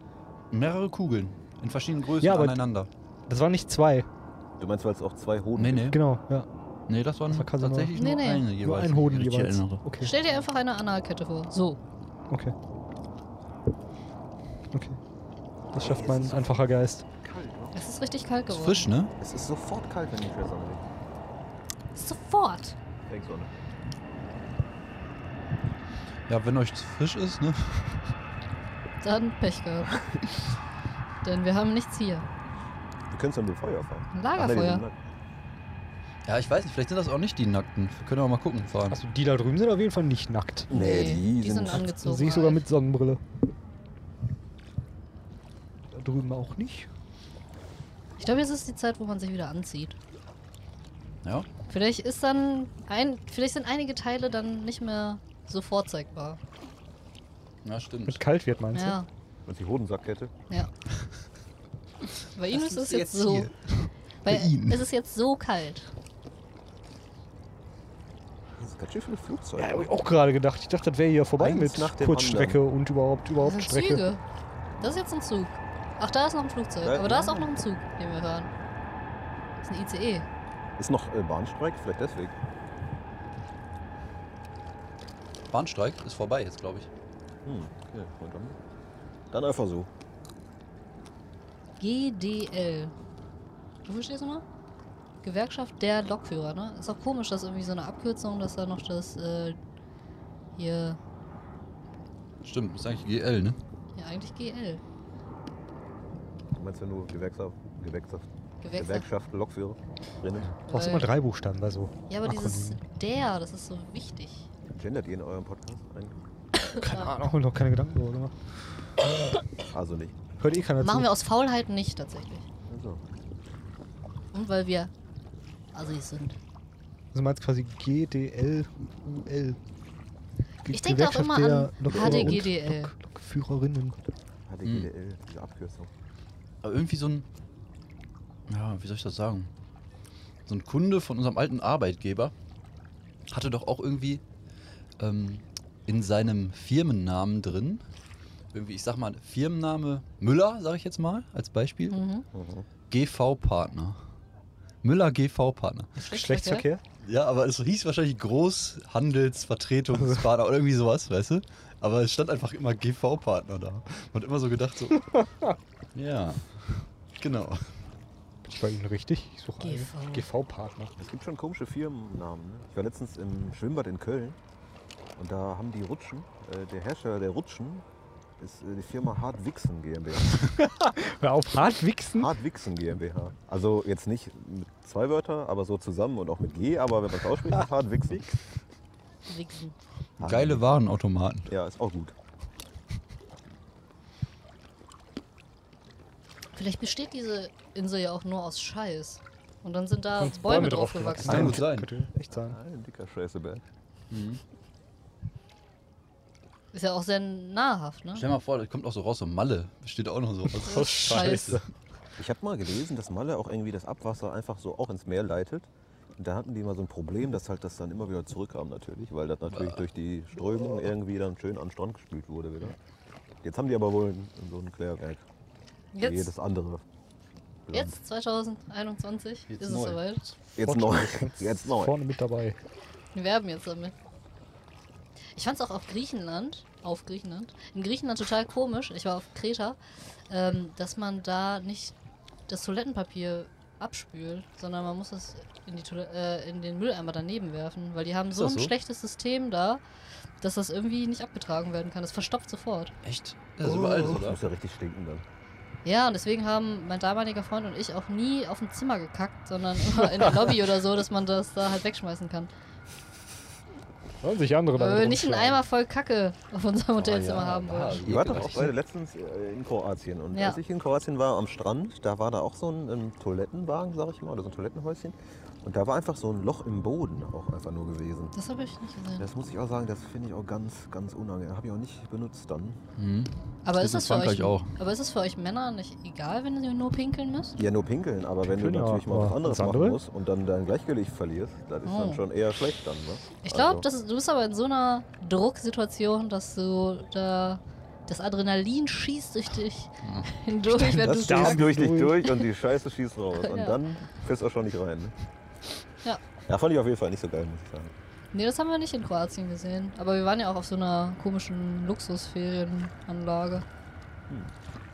[SPEAKER 2] Mehrere Kugeln in verschiedenen Größen
[SPEAKER 3] Ja, aber-
[SPEAKER 2] aneinander.
[SPEAKER 3] Das waren nicht zwei.
[SPEAKER 5] Du meinst, weil es auch zwei Hoden
[SPEAKER 2] Nee,
[SPEAKER 5] gibt?
[SPEAKER 2] nee.
[SPEAKER 3] Genau, ja.
[SPEAKER 2] Nee, das war,
[SPEAKER 3] Das war Casanova.
[SPEAKER 2] tatsächlich
[SPEAKER 4] Nee,
[SPEAKER 2] nur
[SPEAKER 4] nee.
[SPEAKER 2] eine
[SPEAKER 3] Nur
[SPEAKER 2] jeweils.
[SPEAKER 3] ein Hoden
[SPEAKER 2] wenn ich mich
[SPEAKER 3] jeweils.
[SPEAKER 2] erinnere.
[SPEAKER 3] Okay.
[SPEAKER 4] Stell dir einfach eine Analkette vor. So.
[SPEAKER 3] Okay. Okay. Das schafft mein einfacher Geist.
[SPEAKER 4] Es ist richtig kalt
[SPEAKER 2] Ist
[SPEAKER 4] geworden.
[SPEAKER 2] frisch, ne?
[SPEAKER 5] Es ist sofort kalt, wenn ich das anlege.
[SPEAKER 4] Sofort.
[SPEAKER 5] Denksonne.
[SPEAKER 2] Ja, wenn euch zu frisch ist, ne?
[SPEAKER 4] Dann Pech gehabt. Denn wir haben nichts hier.
[SPEAKER 5] Du könntest dann mit Feuer
[SPEAKER 4] Ein
[SPEAKER 5] fahren. Ach, nee, die
[SPEAKER 4] Lagerfeuer.
[SPEAKER 5] sind nackt.
[SPEAKER 2] Ja, ich weiß nicht, vielleicht sind das auch nicht die Nackten. Wir können auch mal gucken fahren.
[SPEAKER 3] Also die da drüben sind auf jeden Fall nicht nackt.
[SPEAKER 5] Nee, die,
[SPEAKER 4] sind,
[SPEAKER 5] sind,
[SPEAKER 4] angezogen. halt.
[SPEAKER 3] Sehe ich sogar mit Sonnenbrille. Da drüben auch nicht.
[SPEAKER 4] Ich glaube, jetzt ist die Zeit, wo man sich wieder anzieht.
[SPEAKER 2] Ja?
[SPEAKER 4] Vielleicht ist dann ein, vielleicht sind einige Teile dann nicht mehr so vorzeigbar.
[SPEAKER 2] Ja,
[SPEAKER 3] Mit
[SPEAKER 2] stimmt.
[SPEAKER 3] kalt wird, meinst
[SPEAKER 4] Ja,
[SPEAKER 5] Und die Hodensackkette.
[SPEAKER 4] ja. Bei Ihnen ist es jetzt so.
[SPEAKER 2] hier.
[SPEAKER 4] Bei
[SPEAKER 2] Bei Ihnen.
[SPEAKER 4] Es ist jetzt so kalt.
[SPEAKER 5] Das ist ganz schön viele
[SPEAKER 3] du?
[SPEAKER 5] Flugzeuge.
[SPEAKER 3] Ja, hab ich auch gerade gedacht. Ich dachte, das wäre hier vorbei
[SPEAKER 5] Eins
[SPEAKER 3] mit
[SPEAKER 5] nach dem
[SPEAKER 3] Kurzstrecke und überhaupt,
[SPEAKER 4] Das
[SPEAKER 3] überhaupt
[SPEAKER 4] sind
[SPEAKER 3] Strecke.
[SPEAKER 4] Züge. Das ist jetzt ein Zug. Ach, da ist noch ein Flugzeug.
[SPEAKER 5] Da-
[SPEAKER 4] Aber da ist auch noch ein Zug, den wir hören. Das ist ein E. ICE.
[SPEAKER 5] Ist noch äh, Bahnstreik? Vielleicht deswegen.
[SPEAKER 2] Bahnstreik ist vorbei jetzt, glaube ich.
[SPEAKER 5] Hm, okay. Und dann? Dann einfach so.
[SPEAKER 4] GDL. Wofür steht es nochmal? Gewerkschaft der Lokführer, ne? Ist auch komisch, dass irgendwie so eine Abkürzung, dass da noch das äh, hier.
[SPEAKER 6] Stimmt, ist eigentlich GL, ne?
[SPEAKER 4] Ja, eigentlich GL.
[SPEAKER 5] Du meinst ja nur Gewerkschaft, Gewerkschaft,
[SPEAKER 4] Gewerkschaft.
[SPEAKER 5] Gewerkschaft Lokführer.
[SPEAKER 3] Brauchst immer
[SPEAKER 4] Weil-
[SPEAKER 3] drei Buchstaben also. bei so.
[SPEAKER 4] Ja, aber dieses
[SPEAKER 3] Akronymen.
[SPEAKER 4] der, das ist so wichtig.
[SPEAKER 5] Gendert ihr in eurem Podcast eigentlich?
[SPEAKER 3] Keine Ahnung, hab mir noch keine Gedanken drüber gemacht.
[SPEAKER 5] Also nicht.
[SPEAKER 3] Hört eh keiner
[SPEAKER 4] Machen
[SPEAKER 3] zu.
[SPEAKER 4] wir aus Faulheit nicht tatsächlich.
[SPEAKER 5] Also.
[SPEAKER 4] Und weil wir Assis sind.
[SPEAKER 3] Also meinst quasi GDL-UL. Ge-
[SPEAKER 4] Ich denke auch
[SPEAKER 3] Gewerkschaft
[SPEAKER 4] immer
[SPEAKER 3] der
[SPEAKER 4] an
[SPEAKER 3] Lokführer und
[SPEAKER 4] HDGDL.
[SPEAKER 3] Lok- Lokführerinnen.
[SPEAKER 5] HDGDL, diese Abkürzung.
[SPEAKER 6] Aber irgendwie so ein. Ja, wie soll ich das sagen? So ein Kunde von unserem alten Arbeitgeber hatte doch auch irgendwie ähm, in seinem Firmennamen drin, irgendwie, ich sag mal, Firmenname Müller, sag ich jetzt mal, als Beispiel,
[SPEAKER 4] Mhm.
[SPEAKER 6] GV Partner. Müller GV Partner.
[SPEAKER 3] Geschlechtsverkehr?
[SPEAKER 6] Ja, aber es hieß wahrscheinlich
[SPEAKER 5] Also.
[SPEAKER 6] Großhandelsvertretungspartner oder irgendwie sowas, weißt du? Aber es stand einfach immer GV-Partner da. Man hat immer so gedacht, so. ja, genau.
[SPEAKER 3] Bin ich bei Ihnen richtig? Ich suche einen
[SPEAKER 4] GV.
[SPEAKER 3] GV-Partner.
[SPEAKER 5] Es gibt schon komische Firmennamen. Ne? Ich war letztens im Schwimmbad in Köln und da haben die Rutschen, äh, der Herrscher der Rutschen ist äh, die Firma Hart Wichsen GmbH.
[SPEAKER 3] Hör auf, hart wichsen?
[SPEAKER 5] Hart Wichsen GmbH. Also jetzt nicht mit zwei Wörter, aber so zusammen und auch mit G, aber wenn man es ausspricht, ist Hart Wichsen.
[SPEAKER 4] Wichsen.
[SPEAKER 6] Geile Warenautomaten.
[SPEAKER 5] Ja, ist auch gut.
[SPEAKER 4] Vielleicht besteht diese Insel ja auch nur aus Scheiß. Und dann sind da Bäume, draufgewachsen.
[SPEAKER 6] Kann gut sein.
[SPEAKER 3] Könnte echt sein.
[SPEAKER 5] Ein dicker Scheißeberg.
[SPEAKER 4] Ist ja auch sehr nahrhaft, ne?
[SPEAKER 6] Stell mal vor, das kommt auch so raus, so Malle. Steht auch noch so. Also,
[SPEAKER 4] Das
[SPEAKER 6] aus.
[SPEAKER 4] ist Scheiße.
[SPEAKER 5] Ich habe mal gelesen, dass Malle auch irgendwie das Abwasser einfach so auch ins Meer leitet. Und da hatten die mal so ein Problem, dass halt das dann immer wieder zurückkam natürlich, weil das natürlich durch die Strömung irgendwie dann schön an den Strand gespült wurde wieder. Jetzt haben die aber wohl so ein Klärwerk. wie
[SPEAKER 4] Jetzt,
[SPEAKER 5] Jedes andere. Land.
[SPEAKER 4] jetzt 2021
[SPEAKER 6] Jetzt
[SPEAKER 4] ist
[SPEAKER 6] neu.
[SPEAKER 4] es soweit.
[SPEAKER 5] Jetzt neu. Jetzt neu.
[SPEAKER 3] Vorne mit dabei.
[SPEAKER 4] Wir werben jetzt damit. Ich fand es auch auf Griechenland, auf Griechenland, in Griechenland total komisch, ich war auf Kreta, ähm, dass man da nicht das Toilettenpapier abspült, sondern man muss es in, die Toilette, äh, in den Mülleimer daneben werfen, weil die haben
[SPEAKER 6] Ist
[SPEAKER 4] so ein
[SPEAKER 6] das so?
[SPEAKER 4] schlechtes System da, dass das irgendwie nicht abgetragen werden kann. Das verstopft sofort.
[SPEAKER 6] Echt? Das ist überall so,
[SPEAKER 5] Das
[SPEAKER 6] oder?
[SPEAKER 5] muss ja richtig stinken dann.
[SPEAKER 4] Ja, und deswegen haben mein damaliger Freund und ich auch nie auf dem Zimmer gekackt, sondern immer in der Lobby oder so, dass man das da halt wegschmeißen kann.
[SPEAKER 3] Sollen sich andere damit
[SPEAKER 4] Weil wir Äh, nicht einen
[SPEAKER 3] rumschlagen.
[SPEAKER 4] Eimer voll Kacke auf unserem Hotelzimmer haben wollen.
[SPEAKER 5] Ihr wart doch auch beide letztens äh, in Kroatien. Und
[SPEAKER 4] Ja.
[SPEAKER 5] als ich in Kroatien war, am Strand, da war da auch so ein, ähm, Toilettenwagen, sag ich mal, oder so ein Toilettenhäuschen. Und da war einfach so ein Loch im Boden auch einfach nur gewesen.
[SPEAKER 4] Das habe ich nicht gesehen.
[SPEAKER 5] Das muss ich auch sagen, das finde ich auch ganz, ganz unangenehm. Habe ich auch nicht benutzt dann.
[SPEAKER 6] Mhm.
[SPEAKER 4] Aber
[SPEAKER 6] Das
[SPEAKER 4] ist
[SPEAKER 6] ist
[SPEAKER 4] das für
[SPEAKER 6] in
[SPEAKER 4] euch
[SPEAKER 6] Frankreich auch.
[SPEAKER 4] Aber ist es für euch Männer nicht egal, wenn ihr nur pinkeln müsst?
[SPEAKER 5] Ja, nur pinkeln, aber wenn
[SPEAKER 3] Pinkeln,
[SPEAKER 5] du
[SPEAKER 3] ja,
[SPEAKER 5] natürlich mal
[SPEAKER 3] aber
[SPEAKER 5] was anderes
[SPEAKER 3] das andere?
[SPEAKER 5] machen musst und dann dein Gleichgewicht verlierst, das ist
[SPEAKER 4] Oh.
[SPEAKER 5] dann schon eher schlecht dann, ne?
[SPEAKER 4] Ich glaube,
[SPEAKER 5] also,
[SPEAKER 4] du bist aber in so einer Drucksituation, dass du da das Adrenalin schießt durch dich hindurch, wenn du
[SPEAKER 5] das darf
[SPEAKER 4] kackst.
[SPEAKER 5] durch dich durch und die Scheiße schießt raus. Und
[SPEAKER 4] Ja.
[SPEAKER 5] dann fällst du auch schon nicht rein. Ne?
[SPEAKER 4] Ja.
[SPEAKER 5] Ja, fand ich auf jeden Fall nicht so geil, muss ich sagen.
[SPEAKER 4] Nee, das haben wir nicht in Kroatien gesehen. Aber wir waren ja auch auf so einer komischen Luxusferienanlage.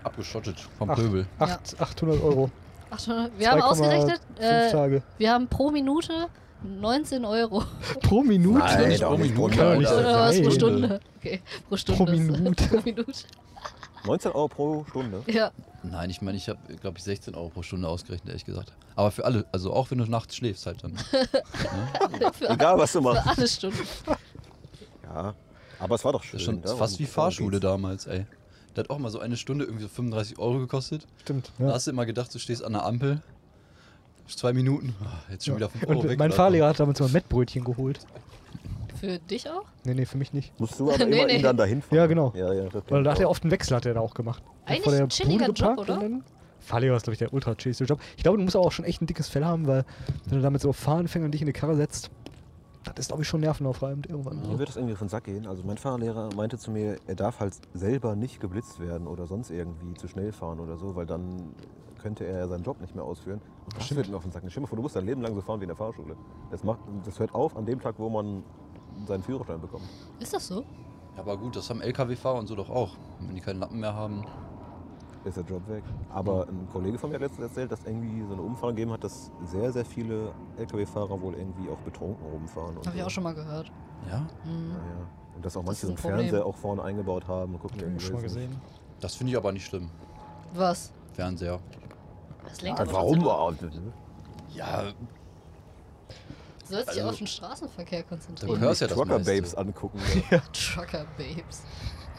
[SPEAKER 6] Abgeschottet vom
[SPEAKER 3] Ach.
[SPEAKER 6] Pöbel.
[SPEAKER 3] Acht, 800 Euro.
[SPEAKER 4] Ach, wir haben
[SPEAKER 3] 2,5
[SPEAKER 4] ausgerechnet, äh,
[SPEAKER 3] Tage.
[SPEAKER 4] wir haben pro Minute 19 Euro.
[SPEAKER 3] Pro Minute?
[SPEAKER 5] Nein, doch nicht drunter,
[SPEAKER 3] Kann doch nicht
[SPEAKER 5] oder?
[SPEAKER 3] sein.
[SPEAKER 4] Oder Äh, was? Pro
[SPEAKER 3] Nein.
[SPEAKER 4] Stunde. Okay, pro Stunde.
[SPEAKER 3] Äh, Minute.
[SPEAKER 4] pro Minute.
[SPEAKER 5] 19 Euro pro Stunde.
[SPEAKER 4] Ja.
[SPEAKER 6] Nein, ich meine, ich habe, glaube ich, 16 Euro pro Stunde ausgerechnet, ehrlich gesagt. Aber für alle, also auch wenn du nachts schläfst halt dann.
[SPEAKER 4] Für
[SPEAKER 5] Egal, was du machst.
[SPEAKER 4] alle Stunden.
[SPEAKER 5] Ja, aber es war doch schön.
[SPEAKER 6] Das ist schon
[SPEAKER 5] ne?
[SPEAKER 6] fast
[SPEAKER 5] Und
[SPEAKER 6] wie
[SPEAKER 5] darum
[SPEAKER 6] Fahrschule
[SPEAKER 5] geht's.
[SPEAKER 6] damals, ey. Da hat auch mal so eine Stunde irgendwie so 35 Euro gekostet.
[SPEAKER 3] Stimmt.
[SPEAKER 6] Da
[SPEAKER 3] Ja.
[SPEAKER 6] hast du immer gedacht, du stehst an der Ampel. Zwei Minuten. Ah, Jetzt schon wieder 5 Euro
[SPEAKER 3] Und
[SPEAKER 6] weg.
[SPEAKER 3] mein
[SPEAKER 6] oder?
[SPEAKER 3] Fahrlehrer hat damals mal Mettbrötchen geholt.
[SPEAKER 4] Für dich auch?
[SPEAKER 3] Nee, nee, für mich nicht.
[SPEAKER 5] Musst du aber
[SPEAKER 4] Nee,
[SPEAKER 5] immer
[SPEAKER 4] nee.
[SPEAKER 5] ihn dann dahin fahren.
[SPEAKER 3] Ja, genau.
[SPEAKER 5] Ja, ja, das
[SPEAKER 3] Weil da hat
[SPEAKER 5] kenn ich
[SPEAKER 3] er
[SPEAKER 5] auch.
[SPEAKER 3] oft einen Wechsel hat er da auch gemacht. Der hat
[SPEAKER 4] Eigentlich ein chilliger
[SPEAKER 3] Bude
[SPEAKER 4] Job,
[SPEAKER 3] geparkt
[SPEAKER 4] oder?
[SPEAKER 3] und dann- Fahrlehrer ist, glaube ich, der ultra chilligste Job. Ich glaube, du musst auch schon echt ein dickes Fell haben, weil wenn du damit so Fahranfängern dich in die Karre setzt, das ist, glaube ich, schon nervenaufreibend irgendwann.
[SPEAKER 5] Mir wird das irgendwie auf den Sack gehen. Also mein Fahrlehrer meinte zu mir, er darf halt selber nicht geblitzt werden oder sonst irgendwie zu schnell fahren oder so, weil dann könnte er ja seinen Job nicht mehr ausführen. Und Das wird mir auf den Sack gehen. Stell dir mal vor, du musst dein Leben lang so fahren wie in der Fahrschule. Das, macht, das hört auf an dem Tag, wo man seinen Führerschein bekommt.
[SPEAKER 4] Ist das so?
[SPEAKER 2] Aber gut, das haben LKW-Fahrer und so doch auch. Wenn die keinen Lappen mehr haben.
[SPEAKER 5] ist der Job weg. Aber ein Kollege von mir hat letztens erzählt, dass irgendwie so eine Umfrage gegeben hat, dass sehr, sehr viele Lkw-Fahrer wohl irgendwie auch betrunken rumfahren. Und
[SPEAKER 4] Habe ich
[SPEAKER 5] so.
[SPEAKER 4] auch schon mal gehört.
[SPEAKER 2] Ja,
[SPEAKER 4] Mhm.
[SPEAKER 5] Ja. Und dass auch
[SPEAKER 4] Das ist
[SPEAKER 5] manche so
[SPEAKER 4] ein
[SPEAKER 5] einen
[SPEAKER 4] Problem.
[SPEAKER 5] Fernseher auch vorne eingebaut haben und gucken irgendwie.
[SPEAKER 3] schon mal
[SPEAKER 5] so.
[SPEAKER 3] gesehen.
[SPEAKER 2] das finde ich aber nicht schlimm.
[SPEAKER 4] Was?
[SPEAKER 2] Fernseher.
[SPEAKER 4] Das lenkt
[SPEAKER 5] Ja,
[SPEAKER 4] aber
[SPEAKER 5] warum
[SPEAKER 4] trotzdem ab.
[SPEAKER 5] überhaupt? ne?
[SPEAKER 2] Ja,
[SPEAKER 4] Du sollst dich
[SPEAKER 2] Also-
[SPEAKER 4] auf den Straßenverkehr
[SPEAKER 2] Du
[SPEAKER 5] Und
[SPEAKER 4] konzentrieren.
[SPEAKER 2] hörst
[SPEAKER 5] sich
[SPEAKER 2] ja das
[SPEAKER 5] Trucker
[SPEAKER 2] meiste.
[SPEAKER 5] Babes angucken.
[SPEAKER 4] Trucker Babes.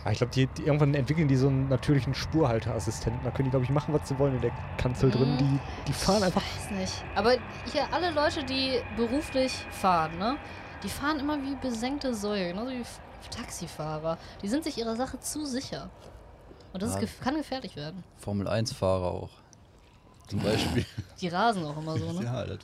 [SPEAKER 3] Ah, ich glaube, die, die irgendwann entwickeln die so einen natürlichen Spurhalteassistenten. Da können die, glaube ich, machen, was sie wollen in der Kanzel drin.
[SPEAKER 4] Mhm.
[SPEAKER 3] Die, die fahren einfach.
[SPEAKER 4] Ich weiß nicht. Aber hier alle Leute, die beruflich fahren, ne? Die fahren immer wie besenkte Säue, genauso wie F- Taxifahrer. Die sind sich ihrer Sache zu sicher. Und das ist
[SPEAKER 2] Ja.
[SPEAKER 4] gef kann gefährlich werden.
[SPEAKER 2] Formel-1-Fahrer auch. Zum Beispiel.
[SPEAKER 4] Die rasen auch immer so, ne?
[SPEAKER 2] Ja, das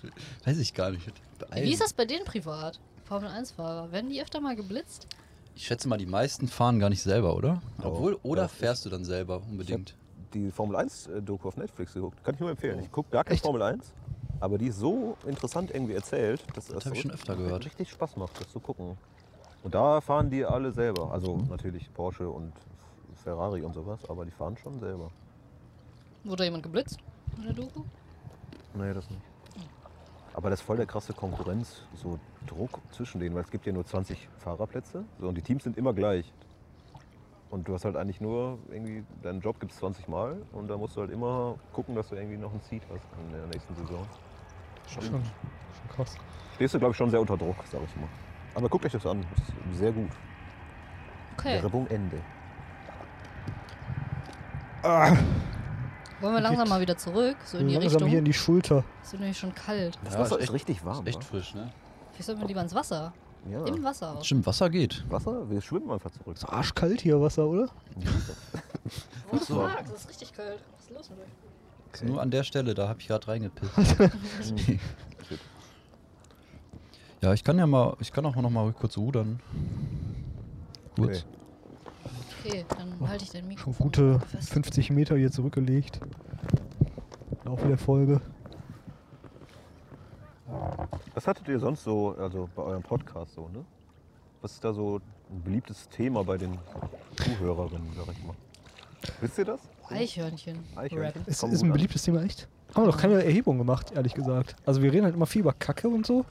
[SPEAKER 2] weiß ich gar nicht.
[SPEAKER 4] Wie ist das bei denen privat? Formel 1-Fahrer. Werden die öfter mal geblitzt?
[SPEAKER 2] Ich schätze mal, die meisten fahren gar nicht selber, oder?
[SPEAKER 5] Doch.
[SPEAKER 2] Obwohl, oder
[SPEAKER 5] Doch, ich-
[SPEAKER 2] fährst du dann selber unbedingt?
[SPEAKER 5] die Formel 1-Doku auf Netflix geguckt. Kann ich nur empfehlen.
[SPEAKER 2] Oh.
[SPEAKER 5] Ich gucke gar keine Formel 1, aber die ist so interessant irgendwie erzählt, dass das,
[SPEAKER 2] hab ich schon öfter gehört.
[SPEAKER 5] richtig Spaß macht, das zu gucken. Und da fahren die alle selber. Also natürlich Porsche und Ferrari und sowas, aber die fahren schon selber.
[SPEAKER 4] Wurde da jemand geblitzt in der Doku?
[SPEAKER 5] Nee, das nicht. Aber das ist voll der krasse Konkurrenz, so Druck zwischen denen, weil es gibt ja nur 20 Fahrerplätze so, und die Teams sind immer gleich. Und du hast halt eigentlich nur irgendwie, deinen Job gibt es 20 Mal und da musst du halt immer gucken, dass du irgendwie noch einen Seat hast in der nächsten Saison.
[SPEAKER 3] Schon, schon krass.
[SPEAKER 5] Stehst du, glaube ich, schon sehr unter Druck, sag ich mal. Aber guckt euch das an, das ist sehr gut.
[SPEAKER 4] Okay.
[SPEAKER 5] Werbung Ende.
[SPEAKER 4] Wollen wir langsam mal wieder zurück? So in die
[SPEAKER 3] Langsam
[SPEAKER 4] Richtung.
[SPEAKER 3] hier in die Schulter.
[SPEAKER 4] Ist nämlich schon kalt.
[SPEAKER 5] Das
[SPEAKER 2] Ja,
[SPEAKER 5] Wasser
[SPEAKER 2] ist
[SPEAKER 5] ist,
[SPEAKER 2] echt-
[SPEAKER 5] richtig warm.
[SPEAKER 2] Ist echt
[SPEAKER 5] wa?
[SPEAKER 2] frisch, ne?
[SPEAKER 4] Vielleicht sollten wir lieber ins Wasser.
[SPEAKER 3] Ah.
[SPEAKER 5] ja.
[SPEAKER 4] Im Wasser aus.
[SPEAKER 2] Stimmt, Wasser geht.
[SPEAKER 5] Wasser, wir schwimmen einfach zurück.
[SPEAKER 3] Ist arschkalt hier Wasser, oder?
[SPEAKER 4] Wo du
[SPEAKER 2] so.
[SPEAKER 4] fragst, es ist richtig kalt. Was ist los mit euch?
[SPEAKER 2] Ist Nur an der Stelle, da habe ich gerade reingepisst. ja, ich kann ja mal, ich kann auch noch mal kurz rudern. Kurz.
[SPEAKER 5] Okay.
[SPEAKER 4] Okay, dann halte ich dein Mikro.
[SPEAKER 3] Oh, Schon gute
[SPEAKER 4] fest.
[SPEAKER 3] 50 Meter hier zurückgelegt. Laufe der Folge.
[SPEAKER 5] Was hattet ihr sonst so, also bei eurem Podcast so, ne? Was ist da so ein beliebtes Thema bei den Zuhörerinnen, sag ich mal? Wisst ihr das?
[SPEAKER 4] Eichhörnchen.
[SPEAKER 5] Eichhörnchen?
[SPEAKER 4] Rap.
[SPEAKER 3] Ist,
[SPEAKER 5] Komm
[SPEAKER 3] ist
[SPEAKER 5] gut
[SPEAKER 3] ein
[SPEAKER 5] an.
[SPEAKER 3] beliebtes Thema, echt? Haben wir doch keine Erhebung gemacht, ehrlich gesagt. Also wir reden halt immer viel über Kacke und so.